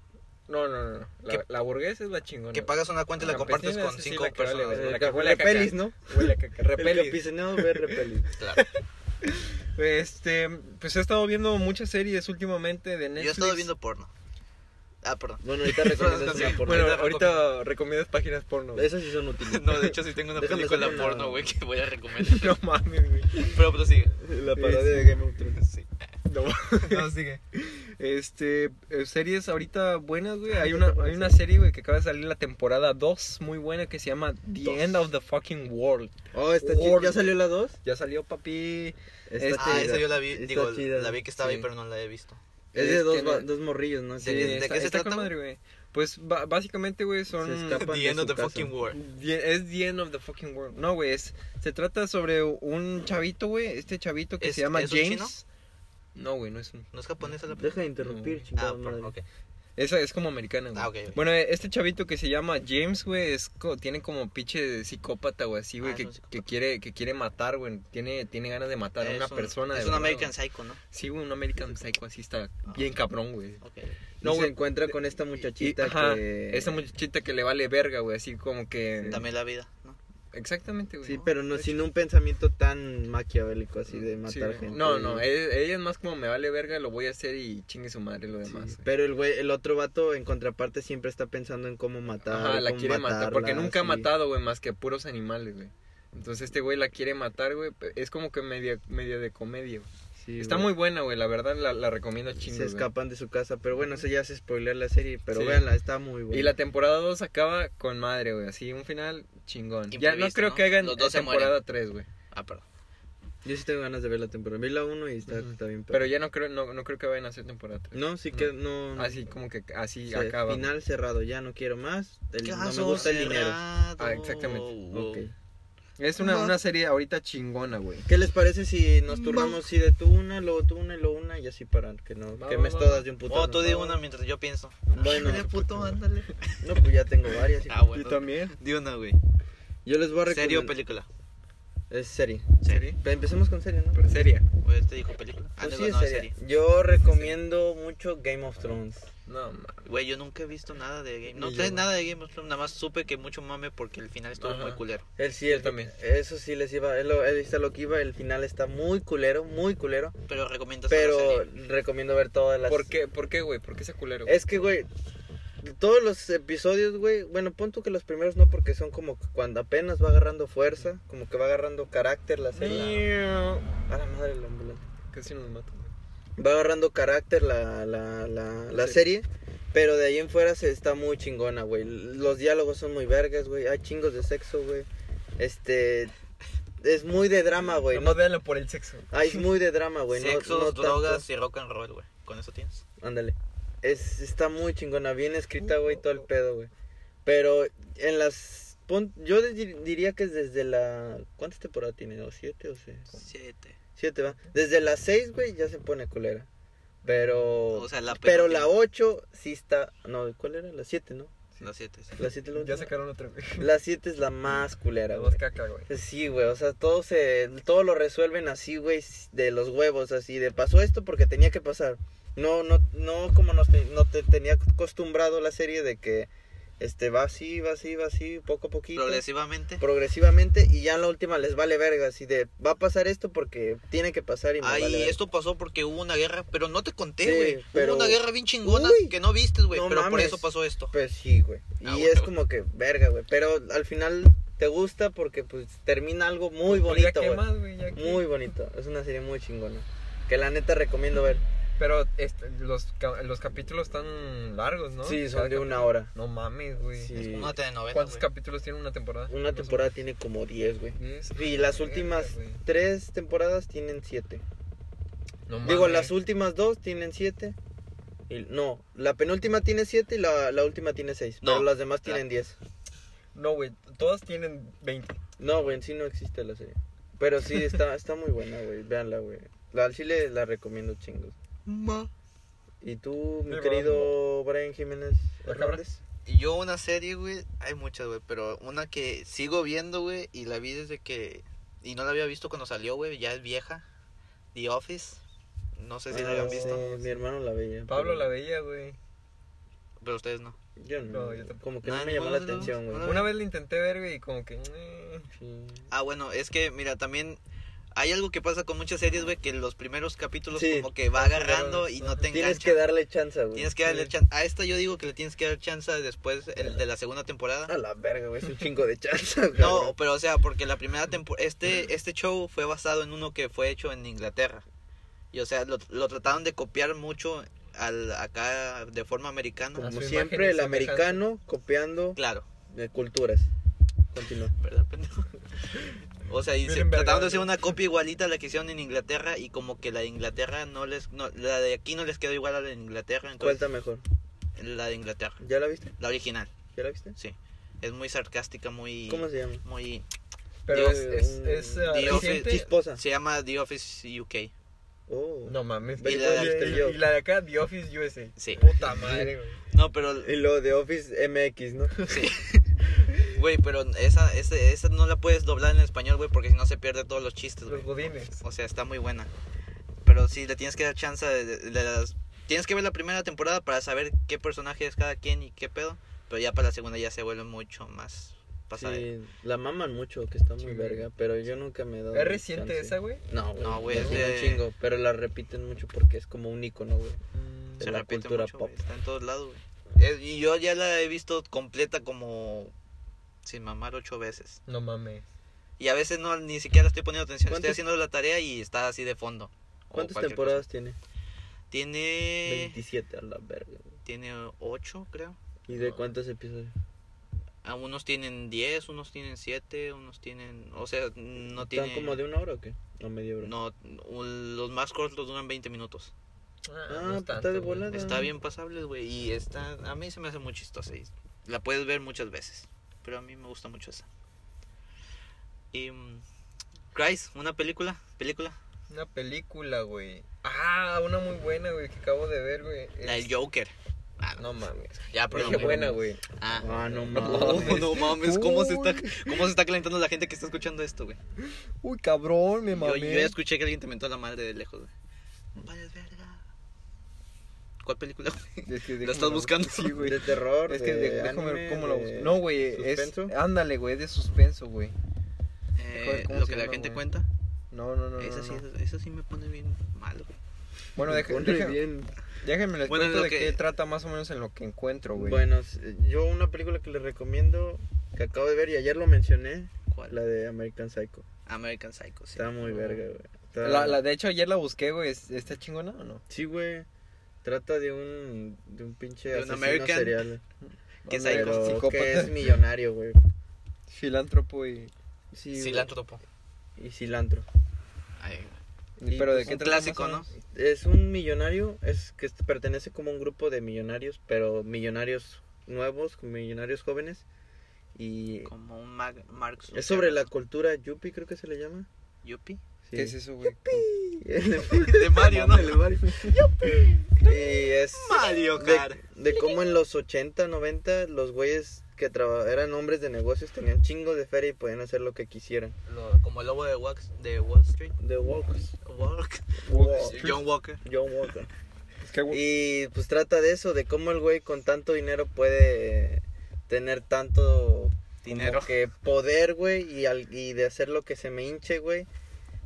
[SPEAKER 3] No, no, no, no. La,
[SPEAKER 2] Que-
[SPEAKER 3] la burgués es la chingona.
[SPEAKER 2] que pagas una cuenta y la compartes
[SPEAKER 3] Campesina,
[SPEAKER 2] con
[SPEAKER 3] sí, sí,
[SPEAKER 2] cinco
[SPEAKER 3] la que vale,
[SPEAKER 2] personas.
[SPEAKER 3] güey.
[SPEAKER 2] güey.
[SPEAKER 3] la
[SPEAKER 4] El
[SPEAKER 3] que
[SPEAKER 4] ca-
[SPEAKER 3] huele a caca.
[SPEAKER 4] repelis, ¿no?
[SPEAKER 3] Huele a caca,
[SPEAKER 4] El
[SPEAKER 3] repelis.
[SPEAKER 4] campesinado ve repelis.
[SPEAKER 2] Claro.
[SPEAKER 3] Este, pues he estado viendo muchas series últimamente de Netflix.
[SPEAKER 2] Yo he estado viendo porno. Ah, perdón.
[SPEAKER 4] Bueno, ahorita recomiendas
[SPEAKER 2] Sí,
[SPEAKER 4] una por
[SPEAKER 3] Bueno,
[SPEAKER 2] Ahorita
[SPEAKER 3] ahorita recomiendas páginas porno.
[SPEAKER 4] Esas sí son útiles.
[SPEAKER 2] No, de hecho sí tengo una
[SPEAKER 4] Déjame
[SPEAKER 2] película
[SPEAKER 4] hacer una-
[SPEAKER 2] porno, güey, que voy a recomendar.
[SPEAKER 3] No mames, güey.
[SPEAKER 2] Pero prosigue.
[SPEAKER 4] La
[SPEAKER 3] Sí,
[SPEAKER 4] parodia
[SPEAKER 3] sí.
[SPEAKER 4] de Game of Thrones.
[SPEAKER 2] Sí.
[SPEAKER 3] No,
[SPEAKER 2] No, sigue.
[SPEAKER 3] Este, eh, series ahorita buenas, güey. Hay una, hay una serie, güey, que acaba de salir la temporada 2, muy buena, que se llama The
[SPEAKER 4] Dos.
[SPEAKER 3] End of the Fucking World.
[SPEAKER 4] Oh, está chido.
[SPEAKER 3] Órale.
[SPEAKER 4] ¿Ya salió la 2?
[SPEAKER 3] Ya salió, papi. Está
[SPEAKER 2] Ah, esa yo la vi,
[SPEAKER 4] Está
[SPEAKER 2] digo,
[SPEAKER 4] chida.
[SPEAKER 2] la vi que estaba
[SPEAKER 3] Sí.
[SPEAKER 2] ahí, pero no la he visto.
[SPEAKER 4] Es de dos,
[SPEAKER 3] Este,
[SPEAKER 4] va-
[SPEAKER 3] no.
[SPEAKER 4] dos morrillos, ¿no?
[SPEAKER 2] ¿De- de
[SPEAKER 4] Sí,
[SPEAKER 2] qué se trata,
[SPEAKER 3] con
[SPEAKER 2] güey?
[SPEAKER 3] madre, güey? Pues ba- básicamente, güey, son...
[SPEAKER 4] Se escapa. Tapan
[SPEAKER 2] The
[SPEAKER 4] de
[SPEAKER 2] end of
[SPEAKER 4] su
[SPEAKER 2] the
[SPEAKER 4] casa.
[SPEAKER 2] fucking world.
[SPEAKER 3] Die- Es the end of the fucking world. No, güey, es- se trata sobre un chavito, güey, este chavito que
[SPEAKER 2] ¿Es-
[SPEAKER 3] se llama
[SPEAKER 2] es un
[SPEAKER 3] James.
[SPEAKER 2] chino?
[SPEAKER 3] No, güey, no es un...
[SPEAKER 2] ¿No es japonesa la película?
[SPEAKER 4] Deja de interrumpir,
[SPEAKER 3] No.
[SPEAKER 4] chingada
[SPEAKER 2] Ah, por-
[SPEAKER 4] madre.
[SPEAKER 2] ok.
[SPEAKER 3] Esa es como americana, güey.
[SPEAKER 2] Ah, ok, ok.
[SPEAKER 3] Bueno, eh, este chavito que se llama James, güey, es co- tiene como pinche de psicópata, güey, así, güey,
[SPEAKER 2] Ah, es
[SPEAKER 3] que,
[SPEAKER 2] un psicópata.
[SPEAKER 3] que quiere que quiere matar, güey, tiene tiene ganas de matar a
[SPEAKER 2] Es
[SPEAKER 3] una
[SPEAKER 2] un-
[SPEAKER 3] persona. de
[SPEAKER 2] Es un
[SPEAKER 3] verdad,
[SPEAKER 2] American
[SPEAKER 3] güey.
[SPEAKER 2] Psycho, ¿no?
[SPEAKER 3] Sí, güey, un American Psycho así está bien cabrón, güey.
[SPEAKER 2] Ah, Ok.
[SPEAKER 3] No,
[SPEAKER 4] No, se
[SPEAKER 3] güey.
[SPEAKER 4] encuentra con esta muchachita que...
[SPEAKER 3] Esa muchachita que le vale verga, güey, así como que...
[SPEAKER 2] También la vida, ¿no?
[SPEAKER 3] Exactamente, güey.
[SPEAKER 4] Sí,
[SPEAKER 3] ¿no?
[SPEAKER 4] pero no, sin un pensamiento tan maquiavélico así de
[SPEAKER 3] Sí,
[SPEAKER 4] matar
[SPEAKER 3] güey.
[SPEAKER 4] gente.
[SPEAKER 3] No, no, él- ella es más como me vale verga, lo voy a hacer y chingue su madre lo
[SPEAKER 4] Sí,
[SPEAKER 3] demás. güey.
[SPEAKER 4] Pero el güey, el otro vato en contraparte siempre está pensando en cómo matar.
[SPEAKER 3] Ajá, la
[SPEAKER 4] cómo
[SPEAKER 3] quiere matar, porque
[SPEAKER 4] matarla,
[SPEAKER 3] nunca ha
[SPEAKER 4] sí.
[SPEAKER 3] matado, güey, más que a puros animales, güey. Entonces este güey la quiere matar, güey. pe- Es como que media, media de comedia. güey.
[SPEAKER 4] Sí,
[SPEAKER 3] Está
[SPEAKER 4] güey.
[SPEAKER 3] muy buena, güey. La verdad la, la recomiendo
[SPEAKER 4] Se
[SPEAKER 3] chingo. güey.
[SPEAKER 4] escapan de su casa, pero bueno, eso ya se spoiler la serie, pero
[SPEAKER 3] Sí.
[SPEAKER 4] véanla, está muy buena.
[SPEAKER 3] Y la temporada 2 acaba con madre, güey. Así un final chingón. Ya no
[SPEAKER 2] Imprevisto,
[SPEAKER 3] creo
[SPEAKER 2] ¿no?
[SPEAKER 3] que hagan
[SPEAKER 2] Los dos
[SPEAKER 3] eh,
[SPEAKER 2] se
[SPEAKER 3] temporada 3, güey.
[SPEAKER 2] Ah, perdón.
[SPEAKER 4] Yo sí tengo ganas de ver la temporada. Vi la 1 y está,
[SPEAKER 3] Ujú.
[SPEAKER 4] está bien.
[SPEAKER 3] Pero ya no creo, no, no creo que vayan a hacer temporada 3.
[SPEAKER 4] No, sí que no.
[SPEAKER 3] Así como que así
[SPEAKER 4] sí,
[SPEAKER 3] acaba. güey.
[SPEAKER 4] Final cerrado, ya no quiero más. el- no me
[SPEAKER 2] Caso
[SPEAKER 4] gusta el dinero.
[SPEAKER 2] cerrado.
[SPEAKER 3] Ah, exactamente.
[SPEAKER 2] Oh, Wow.
[SPEAKER 4] Ok.
[SPEAKER 3] Es una,
[SPEAKER 2] Ajá.
[SPEAKER 3] una serie ahorita chingona, güey.
[SPEAKER 4] ¿Qué les parece si nos turnamos si de tú una, luego tú una y luego una y así para que no
[SPEAKER 3] Va,
[SPEAKER 4] que
[SPEAKER 3] va,
[SPEAKER 4] me
[SPEAKER 3] va,
[SPEAKER 4] todas
[SPEAKER 3] va.
[SPEAKER 4] de un puto?
[SPEAKER 2] Oh, tú di una mientras yo pienso.
[SPEAKER 4] Bueno.
[SPEAKER 2] Mira, puto, ándale.
[SPEAKER 4] No, pues ya tengo varias. hijo.
[SPEAKER 2] Ah, bueno.
[SPEAKER 3] también.
[SPEAKER 2] Di una, güey.
[SPEAKER 4] Yo les voy a recomendar.
[SPEAKER 2] ¿Serie o película?
[SPEAKER 4] Es serie.
[SPEAKER 2] Serie.
[SPEAKER 4] Pero empecemos con serie, ¿no?
[SPEAKER 3] Pero seria.
[SPEAKER 2] Güey, te dijo película. Ah,
[SPEAKER 4] Pues
[SPEAKER 2] digo,
[SPEAKER 4] sí, es
[SPEAKER 2] no,
[SPEAKER 4] serie.
[SPEAKER 2] serie.
[SPEAKER 4] Yo recomiendo mucho Game of Thrones.
[SPEAKER 3] No, ma-
[SPEAKER 2] Güey, yo nunca he visto nada de Game. No
[SPEAKER 3] Ni yo,
[SPEAKER 2] sé
[SPEAKER 3] no.
[SPEAKER 2] nada de Game of Thrones, nada más supe que mucho mame porque el final estuvo
[SPEAKER 3] Ajá.
[SPEAKER 2] muy culero.
[SPEAKER 4] Él sí,
[SPEAKER 3] Yo
[SPEAKER 4] él
[SPEAKER 3] también.
[SPEAKER 4] Eso sí les iba, él, lo- él está lo que iba, el final está muy culero, muy culero,
[SPEAKER 2] Pero recomiendas la
[SPEAKER 4] pero
[SPEAKER 2] serie.
[SPEAKER 4] recomiendo ver todas las
[SPEAKER 3] ¿Por qué, ¿Por qué, güey? ¿Por qué ese culero? güey?
[SPEAKER 4] Es que, güey, todos los episodios, güey, bueno, pon tú que los primeros no, porque son como que cuando apenas va agarrando fuerza, como que va agarrando carácter la serie. A la madre el ambulante.
[SPEAKER 3] Casi nos mata, güey.
[SPEAKER 4] Va agarrando carácter la, la, la, la
[SPEAKER 3] Sí.
[SPEAKER 4] serie, pero de ahí en fuera se está muy chingona, güey. Los diálogos son muy vergas, güey, hay chingos de sexo, güey. Este, es muy de drama, güey. No,
[SPEAKER 3] Nomás véanlo por el sexo.
[SPEAKER 4] ah, es muy de drama, güey. no-
[SPEAKER 2] Sexos,
[SPEAKER 4] no tanto.
[SPEAKER 2] drogas y rock and roll, güey. Con eso tienes.
[SPEAKER 4] Ándale. Es, está muy chingona, bien escrita, güey, todo el pedo, güey. Pero en las... pon- yo de- dir- diría que es desde la... ¿Cuántas temporadas tiene? ¿O siete o seis?
[SPEAKER 2] Siete.
[SPEAKER 4] Siete, va. Desde las seis, güey, ya se pone culera. Pero...
[SPEAKER 2] O sea, la
[SPEAKER 4] pero
[SPEAKER 2] penúltima.
[SPEAKER 4] la ocho sí está... No, ¿cuál era? La siete, ¿no?
[SPEAKER 2] Las siete. sí.
[SPEAKER 4] La siete, la
[SPEAKER 3] Ya
[SPEAKER 4] última.
[SPEAKER 3] sacaron otra, güey.
[SPEAKER 4] La siete es la más culera,
[SPEAKER 3] Las
[SPEAKER 4] güey.
[SPEAKER 3] dos caca, güey.
[SPEAKER 4] Sí, güey, o sea, todo, se, todo lo resuelven así, güey, de los huevos, así, de pasó esto porque tenía que pasar. No, no, no, como nos, te- no te tenía acostumbrado la serie de que, este, va así, va así, va así, poco a poquito.
[SPEAKER 2] Progresivamente.
[SPEAKER 4] Progresivamente, y ya en la última les vale verga, así de, va a pasar esto porque tiene que pasar y me
[SPEAKER 2] Ay,
[SPEAKER 4] vale verga.
[SPEAKER 2] esto pasó porque hubo una guerra, pero no te
[SPEAKER 4] Sí,
[SPEAKER 2] conté, güey.
[SPEAKER 4] pero-
[SPEAKER 2] Hubo una guerra bien chingona
[SPEAKER 4] Uy,
[SPEAKER 2] que no viste, güey,
[SPEAKER 4] no
[SPEAKER 2] pero por
[SPEAKER 4] mames.
[SPEAKER 2] eso pasó esto.
[SPEAKER 4] Pues sí, güey, y
[SPEAKER 2] Ah,
[SPEAKER 4] es
[SPEAKER 2] bueno.
[SPEAKER 4] como que, verga, güey, pero al final te gusta porque, pues, termina algo muy
[SPEAKER 3] Pues ya
[SPEAKER 4] bonito,
[SPEAKER 3] qué
[SPEAKER 4] güey.
[SPEAKER 3] más, güey, ya qué.
[SPEAKER 4] Muy bonito, es una serie muy chingona. Que la neta recomiendo ver.
[SPEAKER 3] Pero este, los, ca- los capítulos están largos, ¿no?
[SPEAKER 4] Sí, son
[SPEAKER 3] Cada
[SPEAKER 4] de
[SPEAKER 3] cap-
[SPEAKER 4] una hora.
[SPEAKER 3] No mames, güey.
[SPEAKER 4] Sí.
[SPEAKER 2] Una telenovela.
[SPEAKER 3] ¿Cuántos
[SPEAKER 2] güey.
[SPEAKER 3] capítulos tiene una temporada?
[SPEAKER 4] Una
[SPEAKER 3] Más
[SPEAKER 4] temporada tiene como 10, güey.
[SPEAKER 3] o menos. Diez.
[SPEAKER 4] Y las
[SPEAKER 3] Verga,
[SPEAKER 4] últimas
[SPEAKER 3] güey.
[SPEAKER 4] tres temporadas tienen 7.
[SPEAKER 3] No
[SPEAKER 4] Digo,
[SPEAKER 3] mames.
[SPEAKER 4] las últimas dos tienen 7. No, la penúltima tiene 7 y la, la última tiene 6.
[SPEAKER 2] No,
[SPEAKER 4] pero las demás
[SPEAKER 2] la-
[SPEAKER 4] tienen 10.
[SPEAKER 3] No, güey. Todas tienen 20.
[SPEAKER 4] No, güey, en sí no existe la serie. Pero sí, está, está muy buena, güey. Veanla, güey. La, al chile la recomiendo chingos.
[SPEAKER 2] Ma.
[SPEAKER 4] Y tú, mi
[SPEAKER 3] Sí,
[SPEAKER 4] querido Brian Jiménez
[SPEAKER 3] La cabra.
[SPEAKER 4] Hernández.
[SPEAKER 2] Y yo una serie, güey, hay muchas, güey, pero una que sigo viendo, güey, y la vi desde que... Y no la había visto cuando salió, güey, ya es vieja. The Office. No sé si la
[SPEAKER 4] Ah,
[SPEAKER 2] habían
[SPEAKER 4] sí,
[SPEAKER 2] visto,
[SPEAKER 4] mi hermano la veía.
[SPEAKER 3] Pablo
[SPEAKER 4] pero-
[SPEAKER 3] la veía, güey.
[SPEAKER 2] pero ustedes no.
[SPEAKER 4] Yo no.
[SPEAKER 3] No, yo tampoco.
[SPEAKER 4] Como que
[SPEAKER 2] Nada,
[SPEAKER 4] no me llamó la
[SPEAKER 2] ninguno de los
[SPEAKER 4] atención,
[SPEAKER 2] dos.
[SPEAKER 4] güey.
[SPEAKER 3] Una vez la intenté ver, güey, y como que... eh.
[SPEAKER 2] Ah, bueno, es que, mira, también... Hay algo que pasa con muchas series, güey, que los primeros capítulos
[SPEAKER 4] Sí.
[SPEAKER 2] como que va agarrando y no te
[SPEAKER 4] Tienes
[SPEAKER 2] engancha.
[SPEAKER 4] que darle chance, güey.
[SPEAKER 2] Tienes que darle
[SPEAKER 3] Sí.
[SPEAKER 2] chance. A esta yo digo que le tienes que dar chance después el de la segunda temporada.
[SPEAKER 4] A la verga, güey. Es un chingo de chance, güey.
[SPEAKER 2] No, pero o sea, porque la primera temporada, este, este show fue basado en uno que fue hecho en Inglaterra. Y o sea, lo, lo trataron de copiar mucho al, acá de forma americana.
[SPEAKER 3] A
[SPEAKER 4] Como
[SPEAKER 3] su imagen
[SPEAKER 4] siempre,
[SPEAKER 3] y
[SPEAKER 4] el
[SPEAKER 3] semejanza.
[SPEAKER 4] americano copiando
[SPEAKER 2] Claro,
[SPEAKER 4] de culturas. Continúa.
[SPEAKER 2] ¿verdad, pendejo? O sea, y
[SPEAKER 3] Bien
[SPEAKER 2] se-
[SPEAKER 3] envergado.
[SPEAKER 2] trataron de hacer una copia igualita a la que hicieron en Inglaterra y como que la de Inglaterra no les... no, la de aquí no les quedó igual a la de Inglaterra,
[SPEAKER 4] ¿Cuál
[SPEAKER 2] entonces
[SPEAKER 4] está mejor?
[SPEAKER 2] la de Inglaterra,
[SPEAKER 4] ¿Ya la viste?
[SPEAKER 2] la original,
[SPEAKER 4] ¿Ya la viste?
[SPEAKER 2] sí. Es muy sarcástica, muy...
[SPEAKER 4] ¿Cómo se llama?
[SPEAKER 2] Muy...
[SPEAKER 3] Pero
[SPEAKER 2] Digo,
[SPEAKER 3] es, es, es, ah,
[SPEAKER 2] The Office-
[SPEAKER 3] reciente.
[SPEAKER 4] Chisposa.
[SPEAKER 2] Se llama The Office UK,
[SPEAKER 4] Oh.
[SPEAKER 3] No mames.
[SPEAKER 2] Y
[SPEAKER 3] Y
[SPEAKER 2] la-
[SPEAKER 3] la,
[SPEAKER 4] este
[SPEAKER 3] y, la de acá, The Office USA.
[SPEAKER 2] sí.
[SPEAKER 3] Puta madre, güey.
[SPEAKER 2] No, pero...
[SPEAKER 4] Y lo de Office MX, ¿no?
[SPEAKER 2] Sí. Güey, pero esa, esa, esa no la puedes doblar en español, güey, porque si no se pierde todos los chistes, güey.
[SPEAKER 3] Los godines.
[SPEAKER 2] O sea, está muy buena. Pero sí, le tienes que dar chance de, de- de las- Tienes que ver la primera temporada para saber qué personaje es cada quien y qué pedo. Pero ya para la segunda ya se vuelve mucho más pasada.
[SPEAKER 4] Sí, la maman mucho, que está muy
[SPEAKER 3] Sí, güey.
[SPEAKER 4] verga, pero yo nunca me he dado.
[SPEAKER 3] ¿Es reciente
[SPEAKER 4] chance.
[SPEAKER 3] esa, güey?
[SPEAKER 4] No, güey.
[SPEAKER 2] No, güey,
[SPEAKER 4] ya
[SPEAKER 2] es
[SPEAKER 4] tiene
[SPEAKER 2] de-
[SPEAKER 4] un chingo, pero la repiten mucho porque es como un icono, güey.
[SPEAKER 3] Mm,
[SPEAKER 4] de
[SPEAKER 2] Se
[SPEAKER 4] la
[SPEAKER 2] repite
[SPEAKER 4] cultura
[SPEAKER 2] mucho, güey,
[SPEAKER 4] pop.
[SPEAKER 2] Está en todos lados, güey. Es- Y yo ya la he visto completa como... Sin mamar ocho veces.
[SPEAKER 3] No mames.
[SPEAKER 2] Y a veces no, ni siquiera estoy poniendo atención. Estoy
[SPEAKER 4] ¿Cuántas-
[SPEAKER 2] haciendo la tarea y está así de fondo. o
[SPEAKER 4] ¿Cuántas
[SPEAKER 2] cualquier
[SPEAKER 4] temporadas tiene?
[SPEAKER 2] cosa. Eh. Tiene...
[SPEAKER 4] 27 a la verga. güey.
[SPEAKER 2] Tiene ocho, creo.
[SPEAKER 4] ¿Y de
[SPEAKER 3] No.
[SPEAKER 4] cuántos episodios?
[SPEAKER 2] Algunos tienen 10, unos tienen 7, unos tienen... O sea, no
[SPEAKER 4] ¿Están
[SPEAKER 2] tienen...
[SPEAKER 4] como de una hora o qué? No, media hora.
[SPEAKER 2] No, un- los más cortos duran 20 minutos.
[SPEAKER 3] Ah,
[SPEAKER 4] Ah,
[SPEAKER 3] no
[SPEAKER 4] pues
[SPEAKER 3] es tanto,
[SPEAKER 4] está de
[SPEAKER 3] güey.
[SPEAKER 4] volada.
[SPEAKER 2] Está bien pasable, güey. Y está... A mí se me hace muy chistosa. y la puedes ver muchas veces. Pero a mí me gusta mucho esa. Y... mm, Christ, una película. Película.
[SPEAKER 3] Una película, güey. Ah, una muy buena, güey, que acabo de ver,
[SPEAKER 2] La
[SPEAKER 3] güey. Es-
[SPEAKER 4] Este,
[SPEAKER 2] del Joker. Ah,
[SPEAKER 3] No mames.
[SPEAKER 2] Ya, pero...
[SPEAKER 3] Dije
[SPEAKER 2] no,
[SPEAKER 3] buena, güey.
[SPEAKER 2] Ah.
[SPEAKER 4] Ah, no
[SPEAKER 2] No,
[SPEAKER 4] mames.
[SPEAKER 2] no mames, ¿cómo se, está, ¿cómo se está calentando la gente que está escuchando esto, güey?
[SPEAKER 3] Uy, cabrón, me
[SPEAKER 2] Yo,
[SPEAKER 3] mamé.
[SPEAKER 2] yo ya escuché que alguien te mentó la madre de lejos, güey. Vale, verga. ¿Cuál película, güey?
[SPEAKER 3] Es que
[SPEAKER 2] ¿La
[SPEAKER 3] déjame
[SPEAKER 2] estás
[SPEAKER 3] la busco,
[SPEAKER 2] buscando?
[SPEAKER 3] Sí, güey.
[SPEAKER 4] De terror.
[SPEAKER 3] Es que
[SPEAKER 4] de
[SPEAKER 3] de- déjame
[SPEAKER 4] anime,
[SPEAKER 3] ver cómo la
[SPEAKER 4] de-
[SPEAKER 3] busco. No, güey, es... ah,
[SPEAKER 4] ¿suspenso?
[SPEAKER 3] Ándale, güey, de suspenso, güey.
[SPEAKER 2] Eh,
[SPEAKER 3] ¿cómo
[SPEAKER 2] lo
[SPEAKER 3] se
[SPEAKER 2] que la
[SPEAKER 3] llama,
[SPEAKER 2] gente
[SPEAKER 3] güey?
[SPEAKER 2] cuenta.
[SPEAKER 3] No, no, no, no,
[SPEAKER 2] esa,
[SPEAKER 3] no.
[SPEAKER 2] sí, esa sí me pone bien malo, güey.
[SPEAKER 3] Bueno,
[SPEAKER 4] Me
[SPEAKER 3] deja-
[SPEAKER 4] pone
[SPEAKER 3] deja-
[SPEAKER 4] bien.
[SPEAKER 3] déjenme les
[SPEAKER 2] Bueno,
[SPEAKER 3] cuento
[SPEAKER 2] lo
[SPEAKER 3] de
[SPEAKER 2] que-
[SPEAKER 3] qué trata más o menos en lo que encuentro, güey.
[SPEAKER 4] Bueno, s- yo una película que les recomiendo, que acabo de ver y ayer lo mencioné,
[SPEAKER 2] ¿Cuál?
[SPEAKER 4] la de American Psycho.
[SPEAKER 2] American Psycho, sí.
[SPEAKER 4] Está muy verga, güey. Está-
[SPEAKER 3] La, la- de hecho, ayer la busqué, güey. ¿Es- ¿Está chingona o no?
[SPEAKER 4] Sí, güey. Trata de un, de un pinche
[SPEAKER 2] De un
[SPEAKER 4] asesino
[SPEAKER 2] American.
[SPEAKER 4] serial.
[SPEAKER 2] Que
[SPEAKER 3] Ándale,
[SPEAKER 2] psycho,
[SPEAKER 4] pero que
[SPEAKER 3] psicópata,
[SPEAKER 4] es millonario, güey.
[SPEAKER 3] filántropo y...
[SPEAKER 4] Sí, güey.
[SPEAKER 2] Cilántropo.
[SPEAKER 4] Y cilantro.
[SPEAKER 2] Ay, güey.
[SPEAKER 4] Y
[SPEAKER 3] Pero de
[SPEAKER 4] pues
[SPEAKER 3] qué
[SPEAKER 2] un
[SPEAKER 3] trata más
[SPEAKER 2] clásico,
[SPEAKER 3] o
[SPEAKER 2] ¿no?
[SPEAKER 3] menos?
[SPEAKER 4] Es un millonario, es que este- pertenece como a un grupo de millonarios, pero millonarios nuevos, con millonarios jóvenes. Y
[SPEAKER 2] Como un Mag- Mark
[SPEAKER 4] es sobre la
[SPEAKER 2] Zuckerberg.
[SPEAKER 4] cultura yuppie, creo que se le llama.
[SPEAKER 2] Yuppie.
[SPEAKER 4] Sí.
[SPEAKER 3] ¿Qué es eso, güey?
[SPEAKER 2] De Mario, ¿no?
[SPEAKER 4] Del Mario. y es
[SPEAKER 2] Mario Kart.
[SPEAKER 4] de, de cómo en los 80, 90 los güeyes que traba- eran hombres de negocios tenían chingo de feria y podían hacer lo que quisieran.
[SPEAKER 2] Lo- como el lobo de, Wax, de Wall Street.
[SPEAKER 4] The Walkers.
[SPEAKER 2] Walk. John Walker.
[SPEAKER 4] John Walker.
[SPEAKER 3] Es que, güey,
[SPEAKER 4] Y pues trata de eso, de cómo el güey con tanto dinero puede tener tanto
[SPEAKER 2] Dinero.
[SPEAKER 4] como que poder, güey, y, al- y de hacer lo que se me hinche, güey.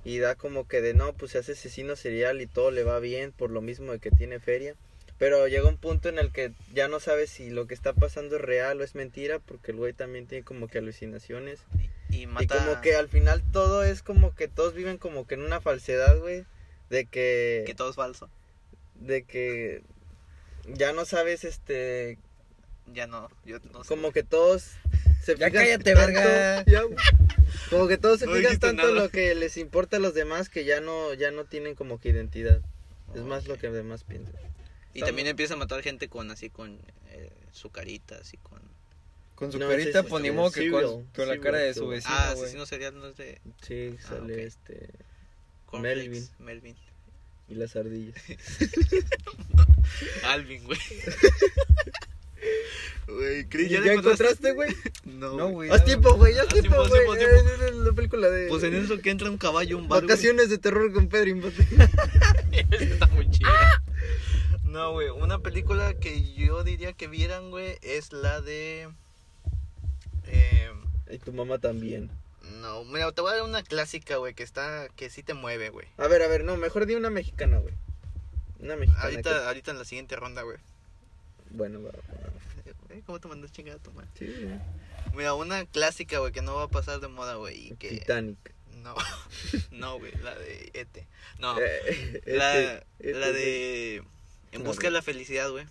[SPEAKER 4] Y da como que de no, pues se hace asesino serial y todo le va bien por lo mismo de que tiene feria. Pero llega un punto en el que ya no sabes si lo que está pasando es real o es mentira, porque el güey también tiene como que alucinaciones.
[SPEAKER 2] Y
[SPEAKER 4] Y
[SPEAKER 2] mata...
[SPEAKER 4] como que al final todo es como que todos viven como que en una falsedad, güey. De
[SPEAKER 2] Que todo es falso.
[SPEAKER 4] de que ya no sabes este
[SPEAKER 2] Ya no, yo no sé.
[SPEAKER 4] como que todos se
[SPEAKER 3] Ya
[SPEAKER 4] fijan
[SPEAKER 3] cállate,
[SPEAKER 4] tanto-
[SPEAKER 3] verga.
[SPEAKER 4] ya, como que todos se
[SPEAKER 2] No
[SPEAKER 4] fijan
[SPEAKER 2] dijiste
[SPEAKER 4] tanto en
[SPEAKER 2] nada.
[SPEAKER 4] lo que les importa a los demás que ya no ya no tienen como que identidad es más lo que los demás piensan
[SPEAKER 2] Y también empieza a matar gente con así con eh, su carita, así con...
[SPEAKER 3] con su
[SPEAKER 4] No,
[SPEAKER 3] carita
[SPEAKER 4] sí, sí,
[SPEAKER 3] ponimos
[SPEAKER 4] sí,
[SPEAKER 3] que con,
[SPEAKER 4] serial,
[SPEAKER 3] con la
[SPEAKER 4] serial
[SPEAKER 3] cara de su
[SPEAKER 4] killer.
[SPEAKER 3] vecino,
[SPEAKER 2] ah,
[SPEAKER 3] güey.
[SPEAKER 2] asesino serial no es de...
[SPEAKER 4] sí
[SPEAKER 2] Ah,
[SPEAKER 4] sale
[SPEAKER 2] ok.
[SPEAKER 4] este
[SPEAKER 2] Cornflakes, Melvin.
[SPEAKER 4] y las ardillas
[SPEAKER 2] Alvin, güey. Güey,
[SPEAKER 4] ¿Y
[SPEAKER 2] Chris,
[SPEAKER 4] ya,
[SPEAKER 2] le
[SPEAKER 4] encontraste güey
[SPEAKER 2] No,
[SPEAKER 3] No,
[SPEAKER 2] güey.
[SPEAKER 3] güey.
[SPEAKER 4] haz
[SPEAKER 3] ya,
[SPEAKER 4] tiempo güey haz
[SPEAKER 2] Haz
[SPEAKER 4] tiempo
[SPEAKER 2] Ah, tiempo,
[SPEAKER 4] güey Eh,
[SPEAKER 2] haz tiempo, haz
[SPEAKER 4] Es la película de
[SPEAKER 2] Pues en eso que entra un caballo, y un bar, güey.
[SPEAKER 4] vacaciones de terror con Pedro Infante
[SPEAKER 2] Está muy chido. No, güey, una película que yo diría que vieran, güey, es la de... Eh,
[SPEAKER 4] y tu mamá también
[SPEAKER 2] no, mira, te voy a dar una clásica, güey, que está... Que sí te mueve, güey.
[SPEAKER 4] a ver a ver no mejor di una mexicana güey una mexicana
[SPEAKER 2] Ahorita, ahorita en la siguiente ronda, güey.
[SPEAKER 4] que- bueno va, va.
[SPEAKER 2] Eh, ¿Cómo te mandas chingada tu madre?
[SPEAKER 4] Sí, güey.
[SPEAKER 2] Mira, una clásica, güey, que no va a pasar de moda, güey. Y que...
[SPEAKER 4] Titanic.
[SPEAKER 2] No, no, güey, la de Ete. No,
[SPEAKER 4] Eh,
[SPEAKER 2] la,
[SPEAKER 4] este-
[SPEAKER 2] la
[SPEAKER 4] este,
[SPEAKER 2] de En busca de la felicidad, güey.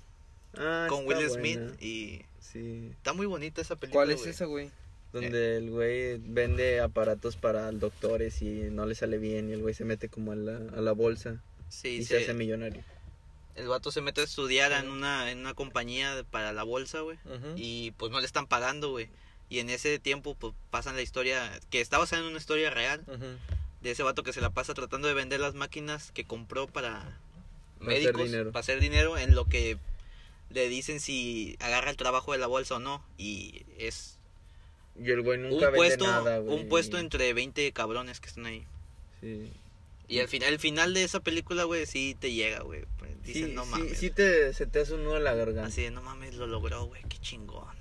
[SPEAKER 4] Ah,
[SPEAKER 2] Con
[SPEAKER 4] está
[SPEAKER 2] Will
[SPEAKER 4] buena.
[SPEAKER 2] Smith y
[SPEAKER 4] Sí.
[SPEAKER 2] está muy bonita esa película.
[SPEAKER 3] ¿Cuál es
[SPEAKER 2] güey.
[SPEAKER 3] esa, güey?
[SPEAKER 2] Eh.
[SPEAKER 4] Donde el güey vende aparatos para doctores y no le sale bien y el güey se mete como a la, a la bolsa
[SPEAKER 2] Sí,
[SPEAKER 4] y,
[SPEAKER 2] sí.
[SPEAKER 4] se hace millonario.
[SPEAKER 2] El vato se mete a estudiar en una, en una compañía de- para la bolsa, güey.
[SPEAKER 3] Ujú.
[SPEAKER 2] Y pues no le están pagando, güey. Y en ese tiempo, pues pasan la historia, que está basada en una historia real,
[SPEAKER 3] Ujú.
[SPEAKER 2] de ese vato que se la pasa tratando de vender las máquinas que compró para
[SPEAKER 4] Para hacer
[SPEAKER 2] médicos,
[SPEAKER 4] dinero.
[SPEAKER 2] para hacer dinero, en lo que le dicen si agarra el trabajo de la bolsa o no. Y es
[SPEAKER 4] Y el güey nunca
[SPEAKER 2] un
[SPEAKER 4] vende
[SPEAKER 2] puesto,
[SPEAKER 4] nada, güey.
[SPEAKER 2] un puesto entre 20 cabrones que están ahí.
[SPEAKER 4] Sí.
[SPEAKER 2] Y al final, el final de esa película, güey, sí te llega, güey. Pues, Dices,
[SPEAKER 4] sí,
[SPEAKER 2] no
[SPEAKER 4] sí,
[SPEAKER 2] mames.
[SPEAKER 4] sí te, se te hace un nudo en la garganta.
[SPEAKER 2] Así de, no mames, lo logró, güey, qué chingón.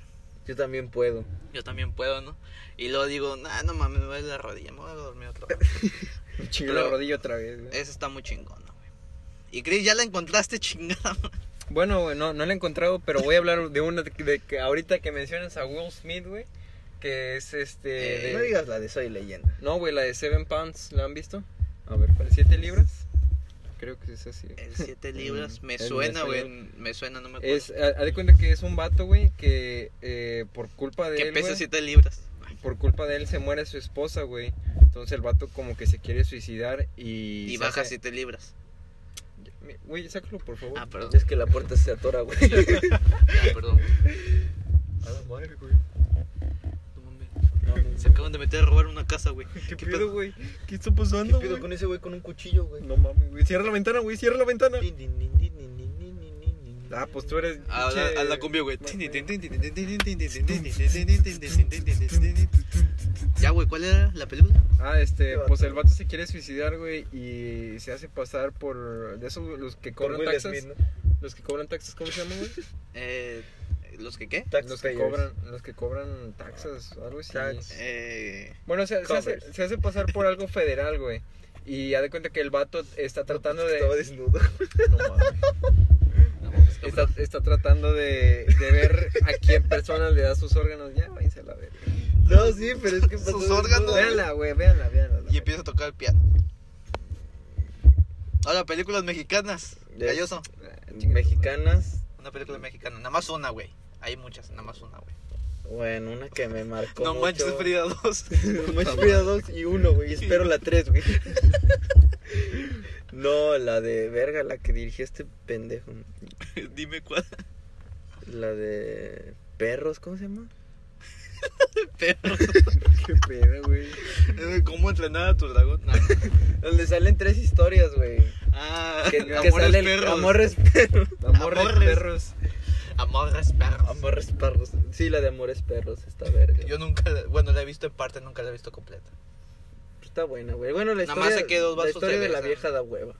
[SPEAKER 4] Yo también puedo.
[SPEAKER 2] Yo también puedo, ¿no? Y luego digo, nah, no mames, me duele la rodilla, me voy a dormir otro rato".
[SPEAKER 3] Me chingó
[SPEAKER 2] Pero-
[SPEAKER 3] la rodilla otra vez, güey.
[SPEAKER 2] Eso está muy chingón, güey. Y Chris, ya la encontraste chingada. madre?
[SPEAKER 3] Bueno, güey, no, no la he encontrado, pero voy a hablar de una de, de que ahorita que mencionas a Will Smith, güey. Que es este.
[SPEAKER 2] Eh,
[SPEAKER 3] de-
[SPEAKER 4] No digas la de Soy Leyenda.
[SPEAKER 3] No, güey, la de Seven Pounds, ¿la han visto? A ver, para siete libras. Creo que es así.
[SPEAKER 2] El 7 libras, me
[SPEAKER 3] El- me
[SPEAKER 2] suena, güey.
[SPEAKER 3] suena.
[SPEAKER 2] Me suena, no me acuerdo.
[SPEAKER 3] Mm, Es, ha, ha de cuenta que es un vato, güey, que eh, por culpa de
[SPEAKER 2] que
[SPEAKER 3] él,
[SPEAKER 2] pesa
[SPEAKER 3] güey,
[SPEAKER 2] 7 libras.
[SPEAKER 3] por culpa de él se muere su esposa, güey. Entonces el vato como que se quiere suicidar y...
[SPEAKER 2] Y
[SPEAKER 3] se
[SPEAKER 2] baja
[SPEAKER 3] hace-
[SPEAKER 2] 7 libras.
[SPEAKER 3] Mi- Güey, sácalo, por favor.
[SPEAKER 2] Ah, perdón.
[SPEAKER 4] Es que la puerta se atora, güey.
[SPEAKER 2] Ah, perdón. No mames. Se acaban de meter a robar una casa, güey.
[SPEAKER 3] ¿Qué,
[SPEAKER 2] ¿Qué
[SPEAKER 3] pedo,
[SPEAKER 2] pedo?
[SPEAKER 3] güey? ¿Qué está
[SPEAKER 4] ¿Qué
[SPEAKER 3] pasando,
[SPEAKER 4] pedo
[SPEAKER 3] güey?
[SPEAKER 4] con ese güey con un cuchillo, güey?
[SPEAKER 3] No mames, güey. Cierra la ventana, güey. Cierra la ventana.
[SPEAKER 4] Din, din, din, din, din, din, din, din, din, din.
[SPEAKER 3] Ah, pues tú eres...
[SPEAKER 2] A la,
[SPEAKER 3] pinche-
[SPEAKER 2] a la cumbia, güey. Ya, güey, ¿cuál era la película?
[SPEAKER 3] Ah, este,
[SPEAKER 4] Qué vato.
[SPEAKER 3] pues el vato se quiere suicidar, güey, y se hace pasar por... De esos, los que
[SPEAKER 4] Con
[SPEAKER 3] cobran
[SPEAKER 4] Will
[SPEAKER 3] taxas.
[SPEAKER 4] Smith, ¿no?
[SPEAKER 3] Los que cobran taxas, ¿cómo se llaman, güey?
[SPEAKER 2] Eh, ¿Los que qué?
[SPEAKER 4] Tax
[SPEAKER 3] Los que
[SPEAKER 4] payers.
[SPEAKER 3] cobran, los que cobran taxas, algo así.
[SPEAKER 4] Tax.
[SPEAKER 2] Eh,
[SPEAKER 3] Bueno, se, se hace,
[SPEAKER 4] Covers.
[SPEAKER 3] se hace pasar por algo federal, güey. Y ya de cuenta que el vato está tratando de...
[SPEAKER 4] pues, Estaba desnudo.
[SPEAKER 3] No mames.
[SPEAKER 2] pues,
[SPEAKER 3] Está, está tratando de, de ver a quién persona le da sus órganos. Ya, váyanse a la verga.
[SPEAKER 4] No, sí, pero es que
[SPEAKER 2] Sus
[SPEAKER 4] pasó
[SPEAKER 2] órganos.
[SPEAKER 4] desnudo.
[SPEAKER 3] Véanla, güey, véanla, véanla. Ah,
[SPEAKER 2] y empieza a tocar el piano. Ahora, películas mexicanas.
[SPEAKER 4] Ya.
[SPEAKER 2] Galloso.
[SPEAKER 4] Mexicanas.
[SPEAKER 2] Una película mexicana. Nada más una, güey. Hay muchas, nada más una, güey.
[SPEAKER 4] Bueno, una que me marcó.
[SPEAKER 2] No
[SPEAKER 4] mucho.
[SPEAKER 2] manches, Frida 2.
[SPEAKER 4] No manches, Frida 2 y 1, güey. Espero la 3, güey. No, la de verga, la que dirigió este pendejo.
[SPEAKER 2] Dime cuál.
[SPEAKER 4] La de perros, ¿cómo se llama?
[SPEAKER 2] Perro. Eh,
[SPEAKER 3] Qué pedo, güey.
[SPEAKER 2] ¿Cómo entrenar a tu dragón? No.
[SPEAKER 4] Donde salen tres historias, güey.
[SPEAKER 2] Ah,
[SPEAKER 4] Que, que
[SPEAKER 2] amores
[SPEAKER 4] sale el
[SPEAKER 2] perros.
[SPEAKER 4] amores perros.
[SPEAKER 3] Amores,
[SPEAKER 2] Amores.
[SPEAKER 3] perros.
[SPEAKER 2] Amores perros.
[SPEAKER 4] Amores perros. Sí, la de amores perros está verga.
[SPEAKER 2] Yo nunca, la- bueno, la he visto en parte, nunca la he visto completa.
[SPEAKER 4] Está buena, güey. Bueno, la
[SPEAKER 2] Nada
[SPEAKER 4] historia,
[SPEAKER 2] más sé que dos
[SPEAKER 4] la
[SPEAKER 2] vasos
[SPEAKER 4] historia
[SPEAKER 2] de
[SPEAKER 4] de la
[SPEAKER 2] besan.
[SPEAKER 4] vieja da hueva.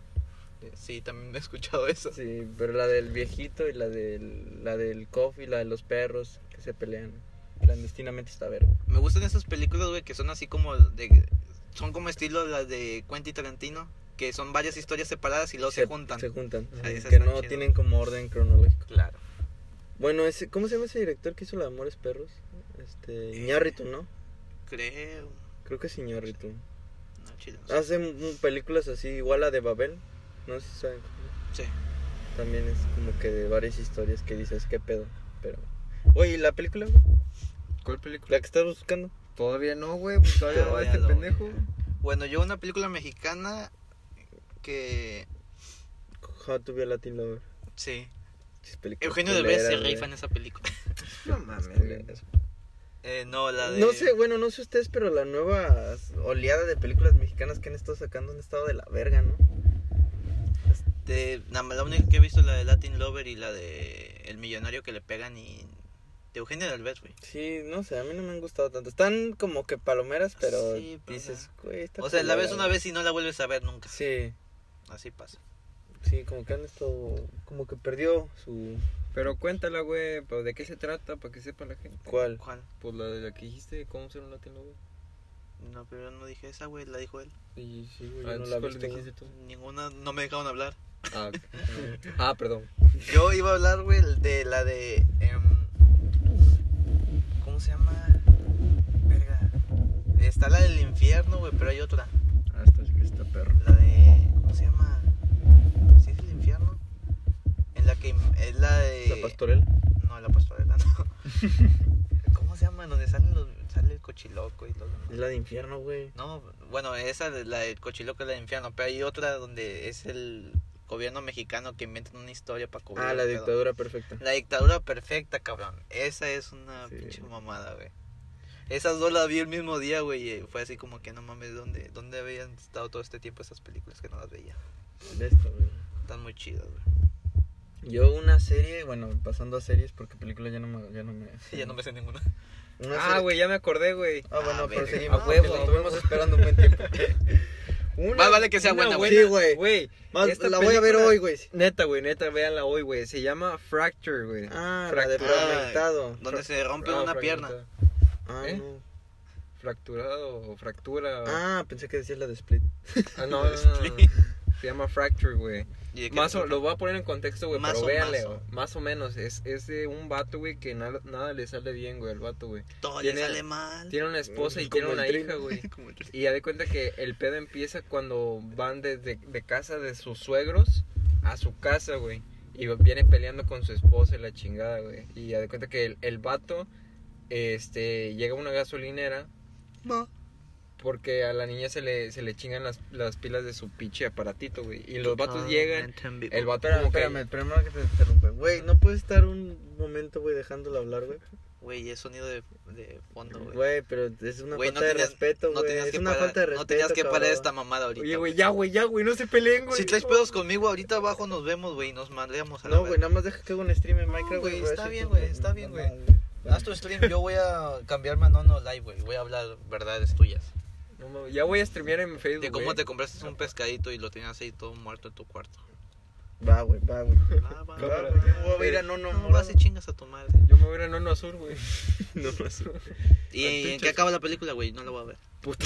[SPEAKER 2] Sí, también he escuchado eso.
[SPEAKER 4] Sí, pero la del viejito y la del, la del coffee, la de los perros que se pelean clandestinamente está verga.
[SPEAKER 2] Me gustan esas películas, güey, que son así como de... Son como estilo las de Quentin Tarantino, que son varias historias separadas y luego se, juntan.
[SPEAKER 4] Se juntan.
[SPEAKER 2] Ah, esas
[SPEAKER 4] que
[SPEAKER 2] están
[SPEAKER 4] no
[SPEAKER 2] chidas.
[SPEAKER 4] tienen como orden cronológico.
[SPEAKER 2] Claro.
[SPEAKER 4] Bueno, ese, ¿cómo se llama ese director que hizo la de Amores Perros? Este, Iñárritu, ¿no?
[SPEAKER 2] Creo.
[SPEAKER 4] Creo que es Iñárritu.
[SPEAKER 2] No, chido. no sé.
[SPEAKER 4] Hace mm, películas así, igual la de Babel. No sé si saben.
[SPEAKER 2] Sí.
[SPEAKER 4] También es como que de varias historias que dices, ¿qué pedo? Pero... Oye, ¿y la película? güey?
[SPEAKER 3] ¿Cuál película?
[SPEAKER 4] ¿La que estás buscando?
[SPEAKER 3] Todavía no, güey. Pues todavía no va
[SPEAKER 2] Todavía
[SPEAKER 3] este
[SPEAKER 2] no.
[SPEAKER 3] pendejo.
[SPEAKER 2] Bueno, yo una película mexicana que...
[SPEAKER 4] How to be a Latin Lover.
[SPEAKER 2] Sí.
[SPEAKER 4] Chis, películas
[SPEAKER 2] Eugenio Derbez se
[SPEAKER 4] culeras, güey.
[SPEAKER 2] rifa en esa película.
[SPEAKER 3] No mames, güey.
[SPEAKER 2] Eh, no, la de...
[SPEAKER 4] No sé, bueno, no sé ustedes, pero la nueva oleada de películas mexicanas que han estado sacando han estado de la verga, ¿no?
[SPEAKER 2] de- nada más la única que he visto es la de Latin Lover y la de El Millonario que le pegan y... De Eugenio Derbez, güey.
[SPEAKER 4] Sí, no sé, a mí no me han gustado tanto. Están como que palomeras, pero
[SPEAKER 2] Sí, pero,
[SPEAKER 4] dices, güey, está
[SPEAKER 2] O sea, la ves una
[SPEAKER 4] culera".
[SPEAKER 2] vez y no la vuelves a ver nunca.
[SPEAKER 4] Sí,
[SPEAKER 2] Así pasa.
[SPEAKER 4] sí, como que han estado, como que perdió su...
[SPEAKER 3] Pero cuéntala, güey. Pero ¿De qué se trata? Para que sepa la gente.
[SPEAKER 4] ¿Cuál?
[SPEAKER 2] ¿Cuál?
[SPEAKER 3] Pues la de la que dijiste, ¿cómo ser un latino, güey?
[SPEAKER 2] No, pero yo no dije esa, güey, la dijo él.
[SPEAKER 4] Sí, sí, güey,
[SPEAKER 3] Ah,
[SPEAKER 4] yo no
[SPEAKER 3] entonces,
[SPEAKER 4] la he
[SPEAKER 3] ¿cuál
[SPEAKER 4] visto, güey.
[SPEAKER 3] dijiste tú?
[SPEAKER 2] Ninguna, no me dejaron hablar.
[SPEAKER 3] Ah, ok. Ah, perdón.
[SPEAKER 2] Yo iba a hablar, güey, de la de. em, ¿Cómo se llama? Verga. Está la del infierno, güey, pero hay otra.
[SPEAKER 3] Ah, esta sí que está perro.
[SPEAKER 2] La de. ¿Cómo se llama? ¿Sí es el infierno? En
[SPEAKER 4] pastorela?
[SPEAKER 2] No, la pastorela no. ¿Cómo se llama? Donde salen los, sale el cochiloco y los
[SPEAKER 4] Es la de infierno, güey.
[SPEAKER 2] No, bueno, esa de la del cochiloco es la de infierno, pero hay otra donde es el gobierno mexicano que inventa una historia para cobrar.
[SPEAKER 4] Ah, la
[SPEAKER 2] el pedo.
[SPEAKER 4] dictadura perfecta.
[SPEAKER 2] La dictadura perfecta, cabrón. Esa es una
[SPEAKER 3] Sí.
[SPEAKER 2] pinche mamada, güey. Esas dos las vi el mismo día, güey. y Fue así como que no mames, ¿dónde, ¿dónde habían estado todo este tiempo esas películas que no las veía?
[SPEAKER 4] De esto, güey.
[SPEAKER 2] Están muy chidas, güey.
[SPEAKER 4] Yo una serie, bueno, pasando a series porque películas ya no me... Ya no me
[SPEAKER 2] Ya no me sé ninguna.
[SPEAKER 4] Una
[SPEAKER 3] Ah,
[SPEAKER 4] serie-
[SPEAKER 3] güey, ya me acordé, güey.
[SPEAKER 4] Ah, bueno,
[SPEAKER 2] Ah, verga.
[SPEAKER 4] proseguimos.
[SPEAKER 3] A huevo,
[SPEAKER 4] porque
[SPEAKER 3] a
[SPEAKER 4] lo Estuvimos esperando un buen tiempo.
[SPEAKER 3] Una-
[SPEAKER 2] Más vale que sea
[SPEAKER 3] una
[SPEAKER 2] buena, güey.
[SPEAKER 4] Sí, güey.
[SPEAKER 3] Güey,
[SPEAKER 4] Más,
[SPEAKER 3] esta
[SPEAKER 4] la voy a ver
[SPEAKER 3] película-
[SPEAKER 4] hoy, güey.
[SPEAKER 3] Neta, güey, neta, véanla hoy, güey. Se llama Fracture, güey.
[SPEAKER 4] Ah, la de
[SPEAKER 3] Fractura.
[SPEAKER 4] fragmentado.
[SPEAKER 2] Donde se rompe
[SPEAKER 3] Ah,
[SPEAKER 2] una
[SPEAKER 3] fragmenta-
[SPEAKER 2] pierna.
[SPEAKER 4] Ah,
[SPEAKER 3] ¿Eh?
[SPEAKER 4] no.
[SPEAKER 3] Fracturado o fractura. Ah,
[SPEAKER 4] Ah, pensé que decías la de Split.
[SPEAKER 3] no, no, no, no. Se llama Fracture, güey.
[SPEAKER 2] ¿Y de qué
[SPEAKER 3] Más o,
[SPEAKER 2] resulta?
[SPEAKER 3] lo voy a poner en contexto, güey,
[SPEAKER 2] Más
[SPEAKER 3] pero
[SPEAKER 2] o
[SPEAKER 3] véanle,
[SPEAKER 2] mazo.
[SPEAKER 3] güey. más o menos. Es, es de un vato, güey, que na- nada le sale bien, güey, al vato, güey.
[SPEAKER 2] Todo le
[SPEAKER 3] tiene-
[SPEAKER 2] sale mal.
[SPEAKER 3] Tiene una esposa y
[SPEAKER 4] Como
[SPEAKER 3] tiene
[SPEAKER 4] el
[SPEAKER 3] una
[SPEAKER 4] tren.
[SPEAKER 3] hija, güey.
[SPEAKER 2] Mm, Como el-
[SPEAKER 3] Y ya de cuenta que el pedo empieza cuando van de, de- de casa de sus suegros a su casa, güey. Y viene peleando con su esposa y la chingada, güey. Y ya de cuenta que el, el vato este, llega a una gasolinera porque a la niña se le, se le chingan las, las pilas de su pinche aparatito, güey. Y los
[SPEAKER 2] Ah,
[SPEAKER 3] vatos llegan,
[SPEAKER 2] Totalmente en vivo.
[SPEAKER 3] el vato
[SPEAKER 4] Espérame,
[SPEAKER 3] como que-
[SPEAKER 4] espérame, primero que te interrumpe. Güey, no puedes estar un momento, güey, dejándolo hablar, güey.
[SPEAKER 2] Güey, es sonido de, de fondo, güey.
[SPEAKER 4] Güey, pero es una
[SPEAKER 2] Güey,
[SPEAKER 4] falta de
[SPEAKER 2] tenías-
[SPEAKER 4] respeto,
[SPEAKER 2] no
[SPEAKER 4] güey.
[SPEAKER 2] tenías
[SPEAKER 4] es
[SPEAKER 2] que
[SPEAKER 4] una
[SPEAKER 2] parar-
[SPEAKER 4] falta de respeto.
[SPEAKER 2] No tenías que parar
[SPEAKER 4] cabrón.
[SPEAKER 2] esta mamada ahorita.
[SPEAKER 3] Oye, güey, ya, güey, ya, güey, no se peleen, güey.
[SPEAKER 2] Si traes pedos conmigo, ahorita abajo nos vemos, güey, y nos mandamos a la
[SPEAKER 4] No, güey,
[SPEAKER 2] verga.
[SPEAKER 4] nada más deja que haga un stream en
[SPEAKER 2] No,
[SPEAKER 4] Minecraft,
[SPEAKER 2] güey,
[SPEAKER 4] güey.
[SPEAKER 2] está
[SPEAKER 4] así
[SPEAKER 2] bien,
[SPEAKER 4] como-
[SPEAKER 2] güey, está bien,
[SPEAKER 4] no,
[SPEAKER 2] güey.
[SPEAKER 4] no,
[SPEAKER 2] Haz tu stream, yo voy a cambiarme a Nono Live, güey. Voy a hablar verdades tuyas.
[SPEAKER 3] No, mames, ya voy a streamear en Facebook,
[SPEAKER 2] De cómo
[SPEAKER 3] güey.
[SPEAKER 2] te compraste un pescadito y lo tenías ahí todo muerto en tu cuarto.
[SPEAKER 4] Va, güey, va, güey.
[SPEAKER 2] Va, va,
[SPEAKER 4] Va,
[SPEAKER 2] va.
[SPEAKER 4] güey. Yo voy a ir a no, no,
[SPEAKER 2] No, vas y chingas a tu madre.
[SPEAKER 3] Yo me voy a ir a Nono Azul, güey.
[SPEAKER 4] No, no, es-
[SPEAKER 2] ¿Y
[SPEAKER 3] Al
[SPEAKER 2] en
[SPEAKER 3] pinche-
[SPEAKER 2] qué acaba la película, güey? No la voy a ver.
[SPEAKER 3] Puta.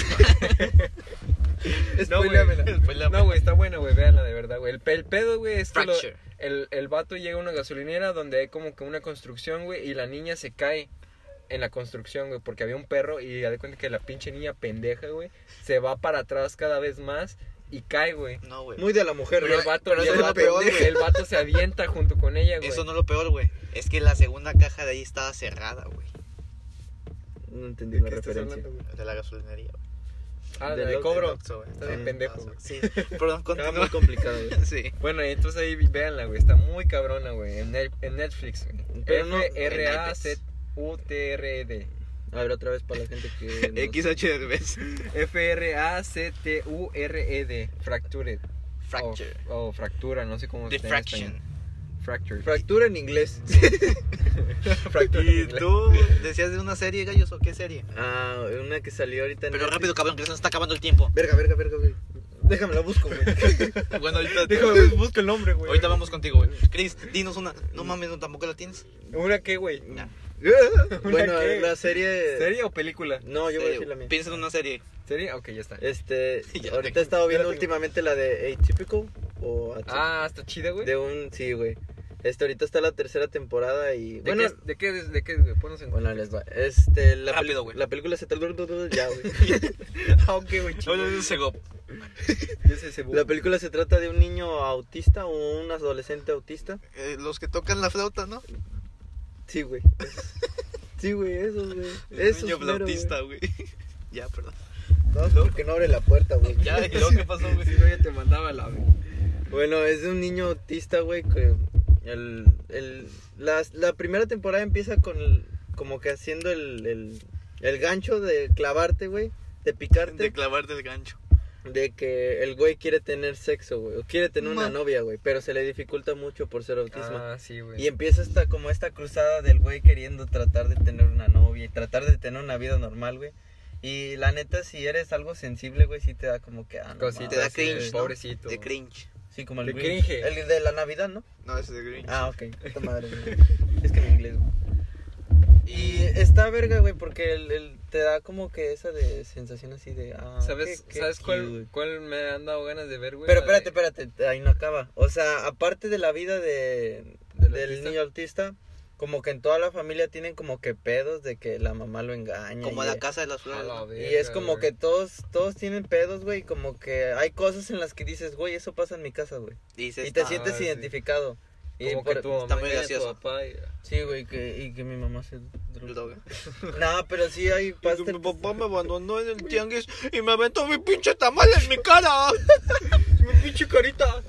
[SPEAKER 3] No, güey.
[SPEAKER 4] Spoileamela.
[SPEAKER 3] No, güey, está buena, güey, véanla de verdad, güey. El, pe- el pedo, güey, es que lo-
[SPEAKER 2] Fracture.
[SPEAKER 3] el, el vato llega a una gasolinera donde hay como que una construcción, güey, y la niña se cae en la construcción, güey, porque había un perro y ya de cuenta que la pinche niña pendeja, güey, se va para atrás cada vez más y cae, güey.
[SPEAKER 2] No, güey.
[SPEAKER 4] Muy de la mujer,
[SPEAKER 3] Pero el vato,
[SPEAKER 4] pero
[SPEAKER 3] y el,
[SPEAKER 4] eso es lo
[SPEAKER 3] vato
[SPEAKER 4] peor, güey.
[SPEAKER 3] el vato se avienta junto con ella, güey.
[SPEAKER 2] Eso no es lo peor, güey. Es que la segunda caja de ahí estaba cerrada, güey.
[SPEAKER 4] No entendí
[SPEAKER 3] ¿De
[SPEAKER 4] la
[SPEAKER 3] qué estás
[SPEAKER 4] referencia.
[SPEAKER 3] hablando, güey?
[SPEAKER 2] De la gasolinería, güey.
[SPEAKER 3] Ah, de,
[SPEAKER 4] Del
[SPEAKER 3] de
[SPEAKER 4] Oxxo,
[SPEAKER 3] cobro.
[SPEAKER 2] Del Oxxo, güey.
[SPEAKER 3] Está bien
[SPEAKER 4] Ah,
[SPEAKER 3] pendejo, güey.
[SPEAKER 2] Sí. Perdón,
[SPEAKER 4] Está muy
[SPEAKER 2] continúa.
[SPEAKER 4] complicado, güey.
[SPEAKER 2] Sí.
[SPEAKER 3] Bueno, y entonces ahí véanla, güey. Está muy cabrona, güey. En, Net- en Netflix, güey.
[SPEAKER 4] Pero no-
[SPEAKER 3] F-R-A-Z-U-T-R-D.
[SPEAKER 4] A ver, otra vez para la gente que. nos-
[SPEAKER 2] XH de
[SPEAKER 3] F-R-A-C-T-U-R-E-D. E Fractured.
[SPEAKER 2] Fracture.
[SPEAKER 3] O, o fractura, no sé cómo está en
[SPEAKER 2] Diffraction.
[SPEAKER 3] español. Fracture.
[SPEAKER 4] Fractura en inglés.
[SPEAKER 3] Fractura en
[SPEAKER 2] ¿Y
[SPEAKER 3] inglés.
[SPEAKER 2] tú decías de una serie, gallos, o qué serie?
[SPEAKER 4] Ah, una que salió ahorita en.
[SPEAKER 2] Pero
[SPEAKER 4] Netflix.
[SPEAKER 2] rápido, cabrón, que se nos está acabando el tiempo.
[SPEAKER 4] Verga, verga, verga, güey. Déjame la busco, güey.
[SPEAKER 2] Bueno, ahorita,
[SPEAKER 3] Déjame, busco el nombre, güey.
[SPEAKER 2] ahorita vamos contigo, güey. Chris, dinos una. No mames, no, tampoco la tienes.
[SPEAKER 3] ¿Una qué, güey?
[SPEAKER 2] Ya.
[SPEAKER 4] bueno,
[SPEAKER 3] qué?
[SPEAKER 4] la serie.
[SPEAKER 3] ¿Serie o película?
[SPEAKER 4] No, yo voy a decir la mía.
[SPEAKER 2] Eh, Piensa en una serie.
[SPEAKER 3] ¿Serie? Ok, ya está.
[SPEAKER 4] Este,
[SPEAKER 2] Ya
[SPEAKER 4] ahorita
[SPEAKER 2] tengo.
[SPEAKER 4] he estado
[SPEAKER 3] Ya
[SPEAKER 4] viendo
[SPEAKER 3] la tengo.
[SPEAKER 4] últimamente la de Atypical o Atypical.
[SPEAKER 3] Ah, está chida, güey.
[SPEAKER 4] de un sí, güey. Este ahorita está la tercera temporada y
[SPEAKER 3] ¿De
[SPEAKER 4] bueno,
[SPEAKER 3] qué, de qué, de qué, güey? Ponos en
[SPEAKER 4] bueno, les va. Este la peli-
[SPEAKER 2] Rápido, güey.
[SPEAKER 4] la película se trata ya, güey.
[SPEAKER 3] Ah, ok, güey, chido.
[SPEAKER 2] Hola, Segop.
[SPEAKER 3] Yo sé ese
[SPEAKER 4] La película se trata de un niño autista o un adolescente autista.
[SPEAKER 2] Eh, los que tocan la flauta, ¿no?
[SPEAKER 4] Sí, güey. Sí, güey, esos, güey.
[SPEAKER 2] El
[SPEAKER 4] Esos
[SPEAKER 2] niño
[SPEAKER 4] mero,
[SPEAKER 2] flautista, güey. ya, perdón.
[SPEAKER 4] güey. No, porque no abre la puerta, güey.
[SPEAKER 2] Ya, ¿y luego qué pasó, güey?
[SPEAKER 3] Si no, ya te mandaba
[SPEAKER 2] Ah,
[SPEAKER 3] la.
[SPEAKER 4] Bueno, es de un niño autista, güey, que el, el- la, la primera temporada empieza con el- como que haciendo el, el, el gancho de clavarte, güey, de
[SPEAKER 2] De
[SPEAKER 4] picarte,
[SPEAKER 2] clavarte el gancho.
[SPEAKER 4] de, que el güey quiere tener sexo, güey, o quiere tener una
[SPEAKER 2] Ma-
[SPEAKER 4] novia, güey, pero se le dificulta mucho por ser autismo.
[SPEAKER 3] Ah, sí, güey.
[SPEAKER 4] Y empieza esta, como esta cruzada del güey queriendo tratar de tener una novia y tratar de tener una vida normal, güey. Y la neta, si eres algo sensible, güey, sí te da como que... Ah, no
[SPEAKER 3] Cositas,
[SPEAKER 4] mames.
[SPEAKER 2] Te da
[SPEAKER 3] así
[SPEAKER 2] cringe,
[SPEAKER 3] de
[SPEAKER 2] ¿no?
[SPEAKER 3] Pobrecito.
[SPEAKER 2] De cringe.
[SPEAKER 4] Sí, como el
[SPEAKER 3] Te
[SPEAKER 4] Grinch.
[SPEAKER 3] cringe.
[SPEAKER 4] El de la Navidad, ¿no?
[SPEAKER 2] No, es de cringe.
[SPEAKER 4] Ah, ok. Puta madre, güey. es que en inglés, güey. Y está verga, güey, porque el, el- te da como que esa de sensación así de. Ah,
[SPEAKER 3] ¿Sabes,
[SPEAKER 4] qué- qué
[SPEAKER 3] ¿sabes cuál,
[SPEAKER 4] cute.
[SPEAKER 3] cuál me han dado ganas de ver, güey?
[SPEAKER 4] Pero
[SPEAKER 3] La de-
[SPEAKER 4] espérate, espérate, ahí no acaba. O sea, aparte de la vida de,
[SPEAKER 3] ¿Del
[SPEAKER 4] del
[SPEAKER 3] autista?
[SPEAKER 4] niño autista, como que en toda la familia tienen como que pedos de que la mamá lo engaña.
[SPEAKER 2] Como
[SPEAKER 4] y-
[SPEAKER 2] la casa de las
[SPEAKER 3] A
[SPEAKER 2] flores.
[SPEAKER 3] la
[SPEAKER 2] ¿no?
[SPEAKER 3] verga,
[SPEAKER 4] Y es como
[SPEAKER 3] güey.
[SPEAKER 4] que todos todos tienen pedos, güey, como que hay cosas en las que dices, güey, eso pasa en mi casa, güey.
[SPEAKER 2] Dices,
[SPEAKER 4] Y te
[SPEAKER 2] "Ah,
[SPEAKER 4] sientes
[SPEAKER 3] sí.
[SPEAKER 4] identificado. Y
[SPEAKER 3] Como
[SPEAKER 4] por-
[SPEAKER 3] que tu mamá
[SPEAKER 2] está muy
[SPEAKER 3] engaña a tu
[SPEAKER 2] gracioso.
[SPEAKER 3] papá y-
[SPEAKER 4] Sí, güey, que, y que mi mamá se droga.
[SPEAKER 2] Droga.
[SPEAKER 4] No, pero sí hay pastel.
[SPEAKER 2] Mi papá me abandonó en el tianguis y me aventó mi pinche tamal en mi cara.
[SPEAKER 3] Mi pinche carita.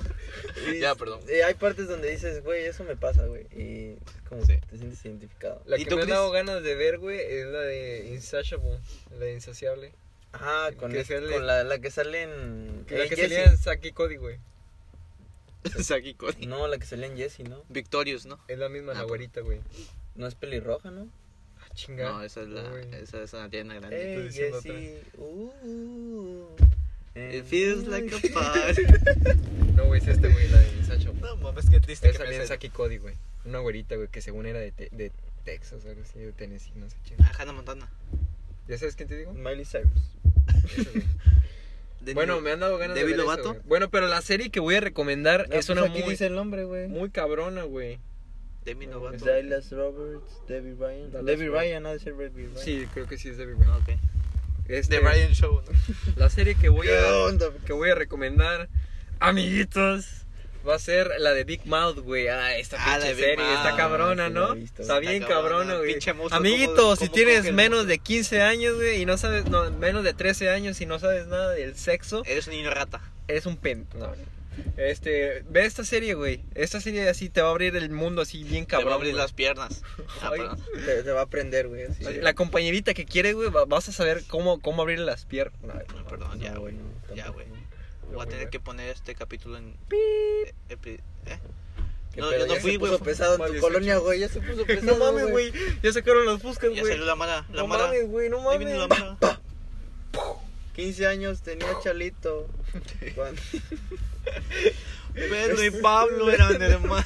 [SPEAKER 4] y-
[SPEAKER 2] Ya, perdón.
[SPEAKER 4] y hay partes donde dices, güey, eso me pasa, güey. Y como
[SPEAKER 2] Sí.
[SPEAKER 4] que te sientes identificado.
[SPEAKER 3] La
[SPEAKER 2] ¿Y
[SPEAKER 3] que
[SPEAKER 2] tú,
[SPEAKER 3] me han
[SPEAKER 2] Chris?
[SPEAKER 3] dado ganas de ver, güey, es la de Insatiable, la de Insaciable.
[SPEAKER 4] Ajá, con,
[SPEAKER 3] Que
[SPEAKER 4] es-
[SPEAKER 3] sale-
[SPEAKER 4] con la, la que sale en.
[SPEAKER 3] Que la
[SPEAKER 4] en
[SPEAKER 3] que
[SPEAKER 4] Jessie.
[SPEAKER 3] salía en Saki Cody, güey.
[SPEAKER 2] Saki Cody.
[SPEAKER 4] No, la que salía en Jessie, ¿no?
[SPEAKER 2] Victorious, ¿no?
[SPEAKER 3] Es la
[SPEAKER 2] Ah,
[SPEAKER 3] misma, la
[SPEAKER 2] pues.
[SPEAKER 3] güerita, güey.
[SPEAKER 4] No es pelirroja, ¿no?
[SPEAKER 3] Ah, chinga.
[SPEAKER 2] No, esa es la.
[SPEAKER 3] Uy.
[SPEAKER 2] Esa es una tienda grande.
[SPEAKER 4] Hey,
[SPEAKER 3] diciendo
[SPEAKER 4] Jessie. Uh,
[SPEAKER 2] It feels like a party.
[SPEAKER 3] No, güey, es este, güey, la de Insatiable.
[SPEAKER 2] No mames, qué triste
[SPEAKER 3] Esa salía en Saki Cody, güey. Una güerita, güey, que según era de, te- de Texas, algo así, de Tennessee, no sé quién.
[SPEAKER 2] Ah, Hannah Montana.
[SPEAKER 3] ¿Ya sabes quién te digo?
[SPEAKER 4] Miley Cyrus.
[SPEAKER 3] Esa, güey.
[SPEAKER 2] De-
[SPEAKER 3] bueno, me han dado ganas
[SPEAKER 2] ¿Demi
[SPEAKER 3] de ver eso,
[SPEAKER 2] Lovato? pues
[SPEAKER 3] güey. Bueno, pero la serie que voy a recomendar es una
[SPEAKER 4] pues aquí
[SPEAKER 3] muy,
[SPEAKER 4] dice el nombre, güey.
[SPEAKER 3] muy cabrona, güey.
[SPEAKER 2] Demi Lovato.
[SPEAKER 4] Dallas Roberts, Debbie Ryan.
[SPEAKER 3] Dallas
[SPEAKER 4] Debbie
[SPEAKER 3] Roberts.
[SPEAKER 4] Ryan, ha de ser Debbie Ryan.
[SPEAKER 3] Sí, creo que sí es de
[SPEAKER 2] Ah,
[SPEAKER 3] Brian.
[SPEAKER 2] ok.
[SPEAKER 3] Este
[SPEAKER 2] The Brian Show, ¿no?
[SPEAKER 3] La serie que voy
[SPEAKER 4] ¿Qué
[SPEAKER 3] a...
[SPEAKER 4] onda?
[SPEAKER 3] que voy a recomendar, amiguitos, va a ser la de Big Mouth, güey. Ah, esta
[SPEAKER 2] Ah, la
[SPEAKER 3] pinche
[SPEAKER 2] de Big
[SPEAKER 3] serie
[SPEAKER 2] Mouth.
[SPEAKER 3] está cabrona,
[SPEAKER 4] Sí,
[SPEAKER 3] ¿no?
[SPEAKER 4] la he visto.
[SPEAKER 3] Está bien
[SPEAKER 2] Está cabrona,
[SPEAKER 3] cabrona, güey.
[SPEAKER 2] pinche monstruo, ¿cómo-
[SPEAKER 3] Amiguitos, si
[SPEAKER 2] cómo coge
[SPEAKER 3] tienes
[SPEAKER 2] el
[SPEAKER 3] menos
[SPEAKER 2] monstruo?
[SPEAKER 3] de 15 años, güey, y no sabes, no, menos de 13 años y no sabes nada del sexo,
[SPEAKER 2] Eres un niño rata.
[SPEAKER 3] es un pen. no. Este, ve esta serie, güey. Esta serie así te va a abrir el mundo así bien
[SPEAKER 2] Te va
[SPEAKER 3] cabrón.
[SPEAKER 2] a abrir
[SPEAKER 3] güey.
[SPEAKER 2] las piernas. Ah,
[SPEAKER 3] Ay.
[SPEAKER 2] perdón.
[SPEAKER 4] Te, te va a aprender, güey. así.
[SPEAKER 3] La compañerita que quiere, güey, va- vas a saber cómo, cómo abrirle las piernas. No,
[SPEAKER 2] No, perdón, ya,
[SPEAKER 4] No,
[SPEAKER 2] güey.
[SPEAKER 4] no,
[SPEAKER 2] Ya,
[SPEAKER 4] tampoco.
[SPEAKER 2] güey. Voy a tener que poner este capítulo en. Eh, epi- ¿Eh?
[SPEAKER 4] ¿Qué
[SPEAKER 2] No,
[SPEAKER 4] pedo?
[SPEAKER 2] yo no
[SPEAKER 4] Ya
[SPEAKER 2] fui,
[SPEAKER 4] se
[SPEAKER 2] güey.
[SPEAKER 4] puso pesado en tu
[SPEAKER 3] Mal 18.
[SPEAKER 4] colonia, güey. Ya se puso
[SPEAKER 3] No
[SPEAKER 4] pesado.
[SPEAKER 3] mames, güey. Ya sacaron los buscas,
[SPEAKER 2] Ya
[SPEAKER 3] güey.
[SPEAKER 2] salió la mala. La
[SPEAKER 3] no
[SPEAKER 2] mala.
[SPEAKER 3] mames, güey, no
[SPEAKER 2] Ahí
[SPEAKER 3] mames.
[SPEAKER 2] viene la mala.
[SPEAKER 4] 15 años tenía Chalito. Cuando-
[SPEAKER 2] Pedro y Pablo eran hermanos.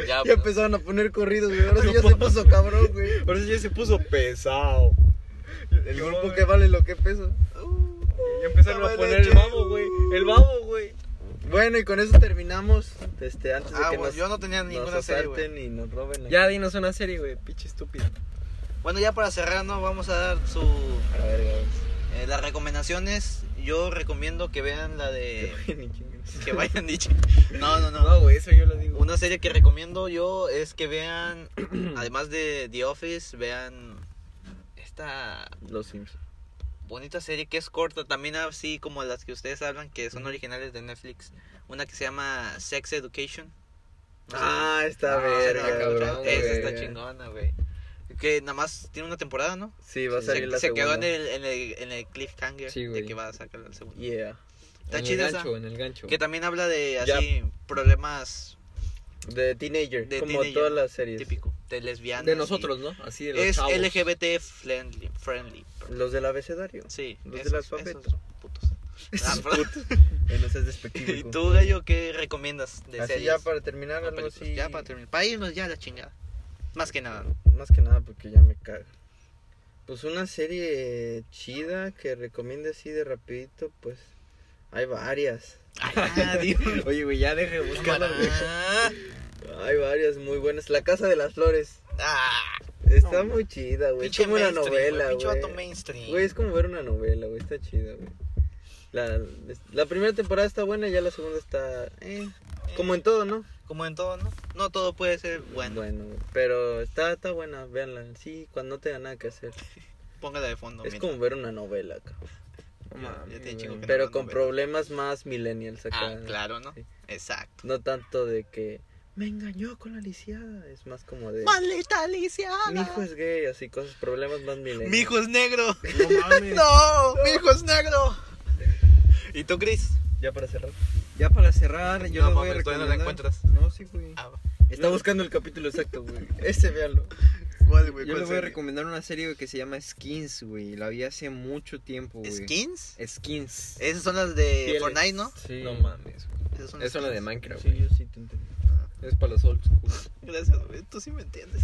[SPEAKER 2] Ya,
[SPEAKER 4] ya pues,
[SPEAKER 2] ya
[SPEAKER 4] empezaron a poner corridos, güey. Ahora sí ya se puso cabrón, güey.
[SPEAKER 3] Por eso ya se puso pesado.
[SPEAKER 4] El grupo que vale lo que peso.
[SPEAKER 3] Ya empezaron a
[SPEAKER 2] Vale,
[SPEAKER 3] poner el
[SPEAKER 2] che.
[SPEAKER 3] babo, güey. El babo, güey.
[SPEAKER 4] Bueno, y con eso terminamos. Este, antes de
[SPEAKER 2] Ah,
[SPEAKER 4] que
[SPEAKER 2] bueno,
[SPEAKER 4] nos,
[SPEAKER 2] yo no tenía
[SPEAKER 4] nos
[SPEAKER 2] ninguna serie, güey.
[SPEAKER 4] asalten y nos roben. aquí.
[SPEAKER 3] Ya dinos una serie, güey. Pinche estúpido.
[SPEAKER 2] Bueno, ya para cerrar, ¿no? Vamos a dar su...
[SPEAKER 4] A la verga, güey.
[SPEAKER 2] eh, las recomendaciones. Yo recomiendo que vean la de...
[SPEAKER 4] Ni chingues.
[SPEAKER 2] Eh, que vayan dicho. No, no, no.
[SPEAKER 3] No, güey, eso yo lo digo.
[SPEAKER 2] Una serie que recomiendo yo es que vean, además de The Office, vean esta
[SPEAKER 4] Los Simpsons.
[SPEAKER 2] bonita serie que es corta, también así como las que ustedes hablan, que son originales de Netflix. Una que se llama Sex Education. No sé.
[SPEAKER 4] Ah, está
[SPEAKER 3] Ah,
[SPEAKER 4] verga,
[SPEAKER 3] está
[SPEAKER 4] bro,
[SPEAKER 3] cabrón,
[SPEAKER 4] güey.
[SPEAKER 2] Esa está chingona, güey. Que nada más tiene una temporada, ¿no?
[SPEAKER 4] Sí, va a salir
[SPEAKER 2] se,
[SPEAKER 4] la
[SPEAKER 2] se quedó
[SPEAKER 4] segunda.
[SPEAKER 2] en el, en el, en el cliffhanger
[SPEAKER 3] Sí, güey.
[SPEAKER 2] de que va a sacar el segundo.
[SPEAKER 4] Yeah.
[SPEAKER 2] Está
[SPEAKER 3] en
[SPEAKER 2] chida
[SPEAKER 3] el
[SPEAKER 2] esa.
[SPEAKER 3] gancho, en el gancho.
[SPEAKER 2] Que también habla de
[SPEAKER 4] Ya.
[SPEAKER 2] así problemas
[SPEAKER 4] De teenager,
[SPEAKER 2] de
[SPEAKER 4] como
[SPEAKER 2] teenager,
[SPEAKER 4] todas
[SPEAKER 2] ¿no?
[SPEAKER 4] las series.
[SPEAKER 2] típico de lesbianas.
[SPEAKER 3] de
[SPEAKER 2] y-
[SPEAKER 3] nosotros, ¿no? Así de los
[SPEAKER 2] Es
[SPEAKER 3] chavos.
[SPEAKER 2] LGBT friendly, friendly. perdón.
[SPEAKER 4] Los del abecedario.
[SPEAKER 2] Sí,
[SPEAKER 4] los del
[SPEAKER 2] esos-
[SPEAKER 4] alfabeto.
[SPEAKER 2] esos putos. Ah, perdón.
[SPEAKER 4] Eh, No seas despectivo.
[SPEAKER 2] ¿Y
[SPEAKER 4] hijo.
[SPEAKER 2] tú, Gallo, qué recomiendas de
[SPEAKER 4] Así
[SPEAKER 2] series?
[SPEAKER 4] ya para terminar,
[SPEAKER 2] O
[SPEAKER 4] algo
[SPEAKER 2] películas?
[SPEAKER 4] así.
[SPEAKER 2] Ya para terminar. Para irnos ya a la chingada. Más que nada.
[SPEAKER 4] Más que nada porque ya me caga. Pues una serie chida que recomiende así de rapidito, pues hay varias.
[SPEAKER 2] Ah, Dios.
[SPEAKER 3] Oye, güey, ya deje de buscarla, güey.
[SPEAKER 2] Ah,
[SPEAKER 4] Hay varias muy buenas. La Casa de las Flores.
[SPEAKER 2] ah,
[SPEAKER 4] Está
[SPEAKER 2] No,
[SPEAKER 4] muy chida, güey. Es
[SPEAKER 2] pinche
[SPEAKER 4] como una
[SPEAKER 2] mainstream,
[SPEAKER 4] novela,
[SPEAKER 2] Pinche vato
[SPEAKER 4] güey.
[SPEAKER 2] mainstream.
[SPEAKER 4] Güey, es como ver una novela, güey. Está chida, güey. La, la primera temporada está buena y ya la segunda está... eh, Como en todo, ¿no?
[SPEAKER 2] Como en todo, ¿no? No todo puede ser bueno.
[SPEAKER 4] Bueno, pero está, está buena, véanla. Sí, cuando no tenga nada que hacer.
[SPEAKER 2] Póngala de fondo.
[SPEAKER 4] es
[SPEAKER 2] mira.
[SPEAKER 4] como ver una novela, cabrón.
[SPEAKER 3] No mames,
[SPEAKER 2] Ya te chingo que no.
[SPEAKER 3] güey.
[SPEAKER 4] Pero
[SPEAKER 2] una
[SPEAKER 4] con
[SPEAKER 2] novela.
[SPEAKER 4] problemas más millennials acá.
[SPEAKER 2] Ah, claro, ¿no?
[SPEAKER 4] Sí.
[SPEAKER 2] Exacto.
[SPEAKER 4] No tanto de que me engañó con la lisiada. Es más como de
[SPEAKER 2] ¡Maldita Alicia!
[SPEAKER 4] mi hijo es gay, así cosas, problemas más millennials.
[SPEAKER 2] Mi hijo es negro.
[SPEAKER 3] No mames.
[SPEAKER 2] No, mi hijo es negro. ¿Y tú, Chris?
[SPEAKER 4] Ya para cerrar.
[SPEAKER 3] Ya para cerrar, yo
[SPEAKER 2] No
[SPEAKER 3] les voy a
[SPEAKER 2] mames, todavía no la
[SPEAKER 3] recomendar.
[SPEAKER 2] encuentras.
[SPEAKER 3] No, sí, güey.
[SPEAKER 2] Ah,
[SPEAKER 4] Está
[SPEAKER 3] No.
[SPEAKER 4] buscando el capítulo exacto, güey. Ese véalo.
[SPEAKER 2] ¿cuál, güey?
[SPEAKER 3] Yo
[SPEAKER 2] ¿Cuál
[SPEAKER 3] les voy a
[SPEAKER 2] serie?
[SPEAKER 3] recomendar una serie güey, que se llama Skins, güey. La vi hace mucho tiempo, güey.
[SPEAKER 2] ¿Skins?
[SPEAKER 3] Skins.
[SPEAKER 2] Esas son las de
[SPEAKER 3] Pieles.
[SPEAKER 2] Fortnite, ¿no?
[SPEAKER 3] Sí.
[SPEAKER 4] No
[SPEAKER 3] No mames,
[SPEAKER 2] Esas son
[SPEAKER 3] Es una de
[SPEAKER 2] skins.
[SPEAKER 3] Minecraft,
[SPEAKER 4] Sí,
[SPEAKER 3] güey.
[SPEAKER 4] yo sí te entendí.
[SPEAKER 3] Es para los old school.
[SPEAKER 2] Gracias, güey. Tú sí me entiendes.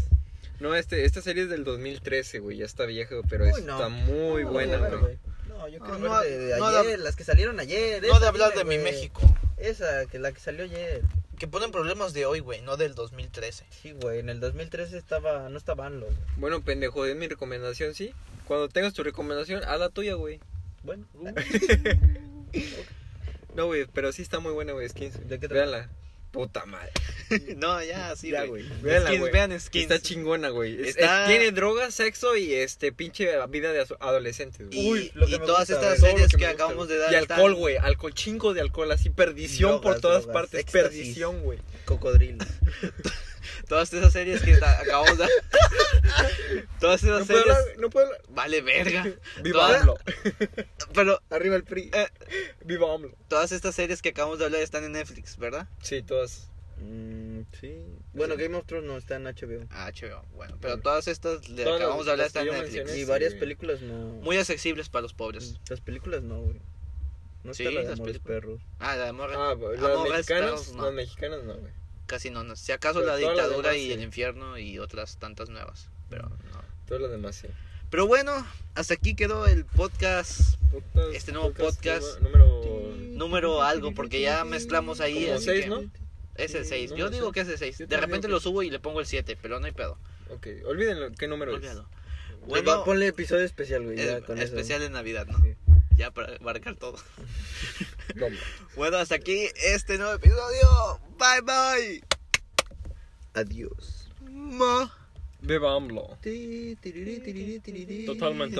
[SPEAKER 3] No, este, esta serie es del 2013, güey. Ya está vieja, güey, pero
[SPEAKER 4] Uy,
[SPEAKER 3] está
[SPEAKER 4] no.
[SPEAKER 3] muy
[SPEAKER 4] No,
[SPEAKER 3] buena,
[SPEAKER 4] bueno,
[SPEAKER 3] güey.
[SPEAKER 4] No, yo
[SPEAKER 2] Ah,
[SPEAKER 4] quiero
[SPEAKER 2] no,
[SPEAKER 4] ver de, de
[SPEAKER 2] no de-
[SPEAKER 4] ayer, las que salieron ayer.
[SPEAKER 2] No
[SPEAKER 4] esa,
[SPEAKER 2] de hablar
[SPEAKER 4] dime,
[SPEAKER 2] de mi
[SPEAKER 4] güey.
[SPEAKER 2] México.
[SPEAKER 4] Esa, que la que salió ayer.
[SPEAKER 2] Que ponen problemas de hoy, güey, no del 2013.
[SPEAKER 4] Sí, güey, en el 2013 estaba, no estaban los.
[SPEAKER 3] Bueno, pendejo, es mi recomendación, ¿sí? Cuando tengas tu recomendación, haz la tuya, güey.
[SPEAKER 4] Bueno,
[SPEAKER 3] No, güey, pero sí está muy buena, güey, Skins.
[SPEAKER 4] ¿De qué trata?
[SPEAKER 3] Véanla. Puta madre.
[SPEAKER 2] No, ya, sí,
[SPEAKER 4] ya,
[SPEAKER 2] güey.
[SPEAKER 4] güey.
[SPEAKER 3] Véanla,
[SPEAKER 2] Skins,
[SPEAKER 3] güey.
[SPEAKER 2] vean skins.
[SPEAKER 3] Está chingona, güey. Es-
[SPEAKER 2] Está-
[SPEAKER 3] es- tiene droga, sexo y este pinche vida de aso- adolescentes, güey.
[SPEAKER 2] Y,
[SPEAKER 5] Uy, lo que
[SPEAKER 2] y
[SPEAKER 5] me
[SPEAKER 2] todas
[SPEAKER 5] gusta, güey.
[SPEAKER 2] estas
[SPEAKER 3] Todo lo
[SPEAKER 2] series
[SPEAKER 3] que
[SPEAKER 2] que,
[SPEAKER 3] me gusta,
[SPEAKER 2] acabamos de dar.
[SPEAKER 3] Y
[SPEAKER 2] están-
[SPEAKER 3] alcohol, güey. Alcohol, chingo de alcohol, así. Perdición por
[SPEAKER 4] Drogas,
[SPEAKER 3] todas
[SPEAKER 4] drogas,
[SPEAKER 3] partes.
[SPEAKER 4] éxtasis.
[SPEAKER 3] Perdición, güey.
[SPEAKER 4] Cocodrilo.
[SPEAKER 2] Todas esas series que está- acabamos de dar. todas esas
[SPEAKER 3] No puedo
[SPEAKER 2] series.
[SPEAKER 3] hablar, no puedo hablar.
[SPEAKER 2] Vale, verga.
[SPEAKER 3] Viva
[SPEAKER 2] Todas-
[SPEAKER 3] AMLO.
[SPEAKER 2] Pero
[SPEAKER 4] Arriba el PRI.
[SPEAKER 2] eh,
[SPEAKER 3] Viva AMLO.
[SPEAKER 2] todas estas series que acabamos de hablar están en Netflix, ¿verdad?
[SPEAKER 3] Sí, todas.
[SPEAKER 4] Mm, sí. Bueno, Game of Thrones no está en HBO.
[SPEAKER 2] Ah, HBO. Bueno, pero todas estas de
[SPEAKER 3] Todas
[SPEAKER 2] que acabamos de hablar
[SPEAKER 3] las
[SPEAKER 2] están
[SPEAKER 3] que
[SPEAKER 2] en
[SPEAKER 3] yo
[SPEAKER 2] Netflix.
[SPEAKER 3] mencioné. Mm.
[SPEAKER 4] Y
[SPEAKER 3] Sí,
[SPEAKER 4] varias
[SPEAKER 3] güey.
[SPEAKER 4] películas no.
[SPEAKER 2] Muy accesibles para los pobres.
[SPEAKER 4] Las películas no, güey. No
[SPEAKER 2] Sí,
[SPEAKER 4] está la de
[SPEAKER 2] las
[SPEAKER 4] Amores
[SPEAKER 2] películas.
[SPEAKER 4] Perros.
[SPEAKER 2] Ah, la de Morgan.
[SPEAKER 3] Ah, las
[SPEAKER 2] Amores
[SPEAKER 3] mexicanas.
[SPEAKER 2] Perros, no.
[SPEAKER 3] Las mexicanas no, güey.
[SPEAKER 2] Casi no, no. Si acaso
[SPEAKER 3] Pero
[SPEAKER 2] la
[SPEAKER 3] todas las
[SPEAKER 2] dictadura
[SPEAKER 3] demás,
[SPEAKER 2] y
[SPEAKER 3] sí. Mm.
[SPEAKER 2] el infierno y otras tantas nuevas. Pero no.
[SPEAKER 3] Todas las demás sí.
[SPEAKER 2] Pero bueno, hasta aquí quedó el podcast
[SPEAKER 3] Podcast-
[SPEAKER 2] Este nuevo podcast-
[SPEAKER 3] Número.
[SPEAKER 2] número algo, porque ya mezclamos ahí.
[SPEAKER 3] Como
[SPEAKER 2] así
[SPEAKER 3] seis,
[SPEAKER 2] que-
[SPEAKER 3] ¿no?
[SPEAKER 2] Es el
[SPEAKER 3] Sí,
[SPEAKER 2] 6.
[SPEAKER 3] no
[SPEAKER 2] Yo
[SPEAKER 3] lo
[SPEAKER 2] digo
[SPEAKER 3] sé.
[SPEAKER 2] que es el 6.
[SPEAKER 3] Yo
[SPEAKER 2] De
[SPEAKER 3] también
[SPEAKER 2] repente
[SPEAKER 3] digo
[SPEAKER 2] lo
[SPEAKER 3] que-
[SPEAKER 2] subo y le pongo el 7, pero no hay pedo.
[SPEAKER 3] Ok, olvídenlo. ¿Qué número
[SPEAKER 2] Olvídalo.
[SPEAKER 3] pues,
[SPEAKER 4] Bueno,
[SPEAKER 2] Bueno,
[SPEAKER 4] ponle episodio especial, güey. ya
[SPEAKER 2] es-
[SPEAKER 4] con eso.
[SPEAKER 2] especial de Navidad, ¿no?
[SPEAKER 4] Sí.
[SPEAKER 2] Ya para abarcar todo.
[SPEAKER 3] es? No,
[SPEAKER 2] Bueno, hasta aquí este nuevo episodio. Bye bye.
[SPEAKER 4] Adiós.
[SPEAKER 2] Ma.
[SPEAKER 3] Viva AMLO. Totalmente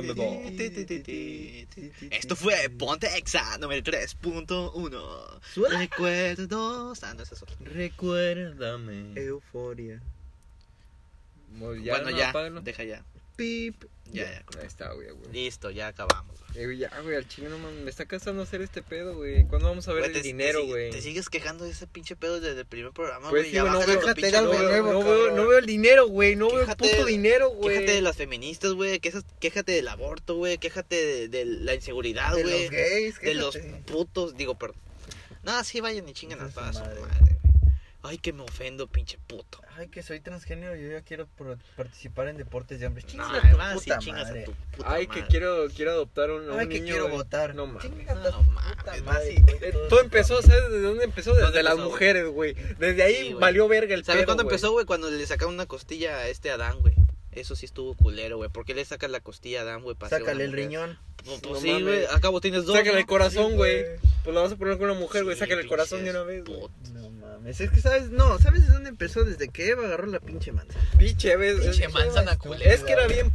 [SPEAKER 2] Esto fue Ponte Exa número 3.1.
[SPEAKER 4] Suena.
[SPEAKER 2] Recuerdos. Ah, no, esa es otra.
[SPEAKER 3] Recuérdame.
[SPEAKER 4] Euforia.
[SPEAKER 2] Bueno, ya. Deja ya.
[SPEAKER 4] Pip.
[SPEAKER 2] Ya, ya.
[SPEAKER 3] Ahí está, güey, güey.
[SPEAKER 2] Listo, ya acabamos. güey.
[SPEAKER 3] Eh, güey, ya, güey, al chile no mames, me está cansando hacer este pedo, güey. ¿Cuándo vamos a ver
[SPEAKER 2] Güey,
[SPEAKER 3] el
[SPEAKER 2] te-
[SPEAKER 3] dinero,
[SPEAKER 2] te, sig-
[SPEAKER 3] güey?
[SPEAKER 2] Te sigues quejando de ese pinche pedo desde el primer programa,
[SPEAKER 3] Pues
[SPEAKER 2] güey.
[SPEAKER 3] sí,
[SPEAKER 2] ya
[SPEAKER 3] güey, no,
[SPEAKER 2] bájale
[SPEAKER 3] güey,
[SPEAKER 2] los
[SPEAKER 4] déjate
[SPEAKER 2] pinches
[SPEAKER 4] algo
[SPEAKER 3] No
[SPEAKER 2] logros,
[SPEAKER 3] veo,
[SPEAKER 4] nuevo,
[SPEAKER 3] no veo-
[SPEAKER 4] cabrón.
[SPEAKER 3] no veo el dinero, güey. No veo el
[SPEAKER 2] Quéjate
[SPEAKER 3] puto
[SPEAKER 2] de-
[SPEAKER 3] dinero, güey.
[SPEAKER 2] Quéjate de las feministas, güey. quejas- Quéjate del aborto, güey. Quéjate de, de la inseguridad,
[SPEAKER 4] Ah, De
[SPEAKER 2] güey.
[SPEAKER 4] los gays.
[SPEAKER 2] De los
[SPEAKER 4] quéjate.
[SPEAKER 2] putos. Digo, perdón. No, sí, vayan y chingan a
[SPEAKER 4] Hijo
[SPEAKER 2] toda
[SPEAKER 4] de
[SPEAKER 2] su
[SPEAKER 4] su
[SPEAKER 2] madre,
[SPEAKER 4] madre.
[SPEAKER 2] güey. Ay, que me ofendo, pinche puto.
[SPEAKER 4] Ay, que soy transgénero. Yo ya quiero pro- participar en deportes de hombres.
[SPEAKER 2] No,
[SPEAKER 4] Chingas a tu
[SPEAKER 2] además, sí
[SPEAKER 4] puta
[SPEAKER 2] chingas
[SPEAKER 4] madre.
[SPEAKER 2] a tu puta
[SPEAKER 3] Ay,
[SPEAKER 2] madre.
[SPEAKER 3] que quiero, quiero adoptar un, a
[SPEAKER 4] Ay,
[SPEAKER 3] un
[SPEAKER 4] que
[SPEAKER 3] niño,
[SPEAKER 4] quiero
[SPEAKER 3] güey.
[SPEAKER 4] votar.
[SPEAKER 3] No mames.
[SPEAKER 4] Chingas a
[SPEAKER 2] No,
[SPEAKER 4] tu puta
[SPEAKER 2] mames,
[SPEAKER 4] madre.
[SPEAKER 2] sí.
[SPEAKER 4] güey,
[SPEAKER 3] Eh,
[SPEAKER 4] todo
[SPEAKER 3] Todo
[SPEAKER 4] eso.
[SPEAKER 3] empezó, ¿sabes desde dónde empezó? Desde
[SPEAKER 2] ¿Dónde
[SPEAKER 3] las
[SPEAKER 2] empezó,
[SPEAKER 3] mujeres, güey. Desde ahí
[SPEAKER 2] Sí, güey.
[SPEAKER 3] valió verga el
[SPEAKER 2] ¿Sabes
[SPEAKER 3] pedo,
[SPEAKER 2] cuándo
[SPEAKER 3] güey.
[SPEAKER 2] empezó, güey? Cuando le sacaron una costilla a este Adán, güey. Eso sí estuvo culero, güey. ¿Por qué le sacas la costilla a Adán, güey? para ser una
[SPEAKER 4] Sácale el
[SPEAKER 2] mujer?
[SPEAKER 4] riñón.
[SPEAKER 2] Pues,
[SPEAKER 3] No
[SPEAKER 2] sí, güey.
[SPEAKER 3] mames.
[SPEAKER 2] Acabo tienes dos.
[SPEAKER 3] Sácale
[SPEAKER 2] ¿no?
[SPEAKER 3] el corazón,
[SPEAKER 4] Sí,
[SPEAKER 3] güey.
[SPEAKER 4] güey.
[SPEAKER 3] Pues la vas a poner con una mujer, güey.
[SPEAKER 2] Sí,
[SPEAKER 3] Sácale el corazón de
[SPEAKER 2] pinches
[SPEAKER 3] una vez, güey.
[SPEAKER 2] putos.
[SPEAKER 4] No mames, es que sabes, no, ¿sabes de dónde empezó? Desde que Eva agarró la pinche manzana.
[SPEAKER 3] Pinche, ves.
[SPEAKER 2] Pinche manzana culera.
[SPEAKER 3] Es que era bien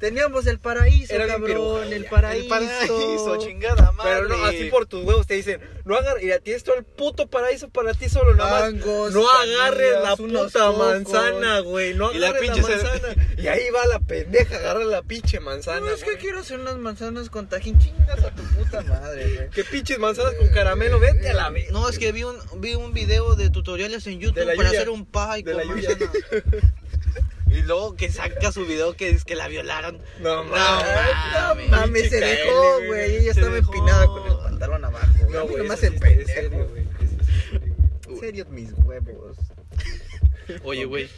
[SPEAKER 4] Teníamos el paraíso,
[SPEAKER 3] Era bien piruja,
[SPEAKER 4] cabrón,
[SPEAKER 3] ya.
[SPEAKER 4] el
[SPEAKER 3] El
[SPEAKER 4] paraíso.
[SPEAKER 2] chingada
[SPEAKER 3] Pero no, así por tus huevos te dicen, no agarres, mira, tienes todo el puto paraíso para ti solo, nada más.
[SPEAKER 4] Mangos,
[SPEAKER 3] No agarres la
[SPEAKER 4] sandías, unos
[SPEAKER 3] puta
[SPEAKER 4] cocos.
[SPEAKER 3] manzana, güey. No
[SPEAKER 2] Y la
[SPEAKER 3] agarres la,
[SPEAKER 2] pinche se-
[SPEAKER 3] manzana. Y ahí va la pendeja, agarra la pinche manzana.
[SPEAKER 4] No, es que
[SPEAKER 3] güey.
[SPEAKER 4] quiero hacer unas manzanas con tajín, chingas a tu puta madre, güey.
[SPEAKER 3] Que pinches manzanas con caramelo, vete a la vez.
[SPEAKER 2] No, es que vi un, vi un video de tutoriales en YouTube
[SPEAKER 3] De la
[SPEAKER 2] para
[SPEAKER 3] Yuya.
[SPEAKER 2] hacer un pie
[SPEAKER 3] De
[SPEAKER 2] con
[SPEAKER 3] la Yuya.
[SPEAKER 2] manzana. Y luego que saca su video que es que la violaron. No
[SPEAKER 3] No, mames.
[SPEAKER 2] mames.
[SPEAKER 4] Mames, se
[SPEAKER 3] Chica,
[SPEAKER 4] dejó,
[SPEAKER 3] eh,
[SPEAKER 4] güey, ella
[SPEAKER 2] se
[SPEAKER 4] estaba
[SPEAKER 2] dejó.
[SPEAKER 4] empinada con el pantalón abajo. güey. A mí no me
[SPEAKER 3] eso
[SPEAKER 4] hace
[SPEAKER 3] sí es serio,
[SPEAKER 4] pendejo.
[SPEAKER 3] güey. Eso sí es serio, güey.
[SPEAKER 4] En serio, mis huevos.
[SPEAKER 2] Oye, güey.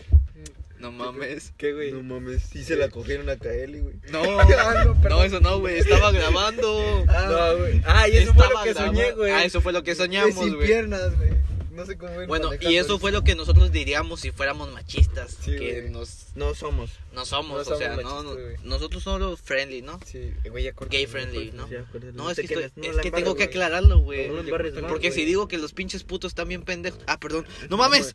[SPEAKER 2] No mames.
[SPEAKER 3] ¿Qué, güey?
[SPEAKER 4] mames, sí se la cogieron a Kaeli, güey.
[SPEAKER 2] No,
[SPEAKER 4] Ah, no,
[SPEAKER 2] no,
[SPEAKER 4] perdón.
[SPEAKER 2] eso no, güey. Estaba grabando.
[SPEAKER 4] Ah,
[SPEAKER 3] No, güey. Ah, y eso fue lo
[SPEAKER 2] Estaba
[SPEAKER 3] que
[SPEAKER 2] grabando.
[SPEAKER 3] soñé, güey.
[SPEAKER 2] Ah, eso fue lo que
[SPEAKER 4] güey,
[SPEAKER 2] soñamos,
[SPEAKER 4] sin
[SPEAKER 2] güey.
[SPEAKER 4] piernas, güey. No sé cómo ven
[SPEAKER 2] Bueno, y
[SPEAKER 4] manejando
[SPEAKER 2] eso
[SPEAKER 4] el-
[SPEAKER 2] fue lo que nosotros diríamos si fuéramos machistas.
[SPEAKER 3] Sí,
[SPEAKER 2] que
[SPEAKER 3] güey.
[SPEAKER 2] nos,
[SPEAKER 4] No somos.
[SPEAKER 2] no somos,
[SPEAKER 3] No
[SPEAKER 2] o sea,
[SPEAKER 3] somos
[SPEAKER 2] no,
[SPEAKER 3] machistas, güey.
[SPEAKER 2] no- nosotros somos friendly, ¿no?
[SPEAKER 3] Sí, güey, ya corté.
[SPEAKER 2] Gay friendly, ¿no?
[SPEAKER 4] Sí, acuérdate.
[SPEAKER 2] No, es que,
[SPEAKER 4] Te
[SPEAKER 2] estoy-
[SPEAKER 4] quedas, no
[SPEAKER 2] es
[SPEAKER 4] la
[SPEAKER 2] que
[SPEAKER 4] embarres,
[SPEAKER 2] tengo que
[SPEAKER 4] güey.
[SPEAKER 2] aclararlo, güey.
[SPEAKER 4] No la embarres más,
[SPEAKER 2] Porque si
[SPEAKER 4] güey.
[SPEAKER 2] digo que los pinches putos están bien pendejos. Ah, perdón. ¡No mames!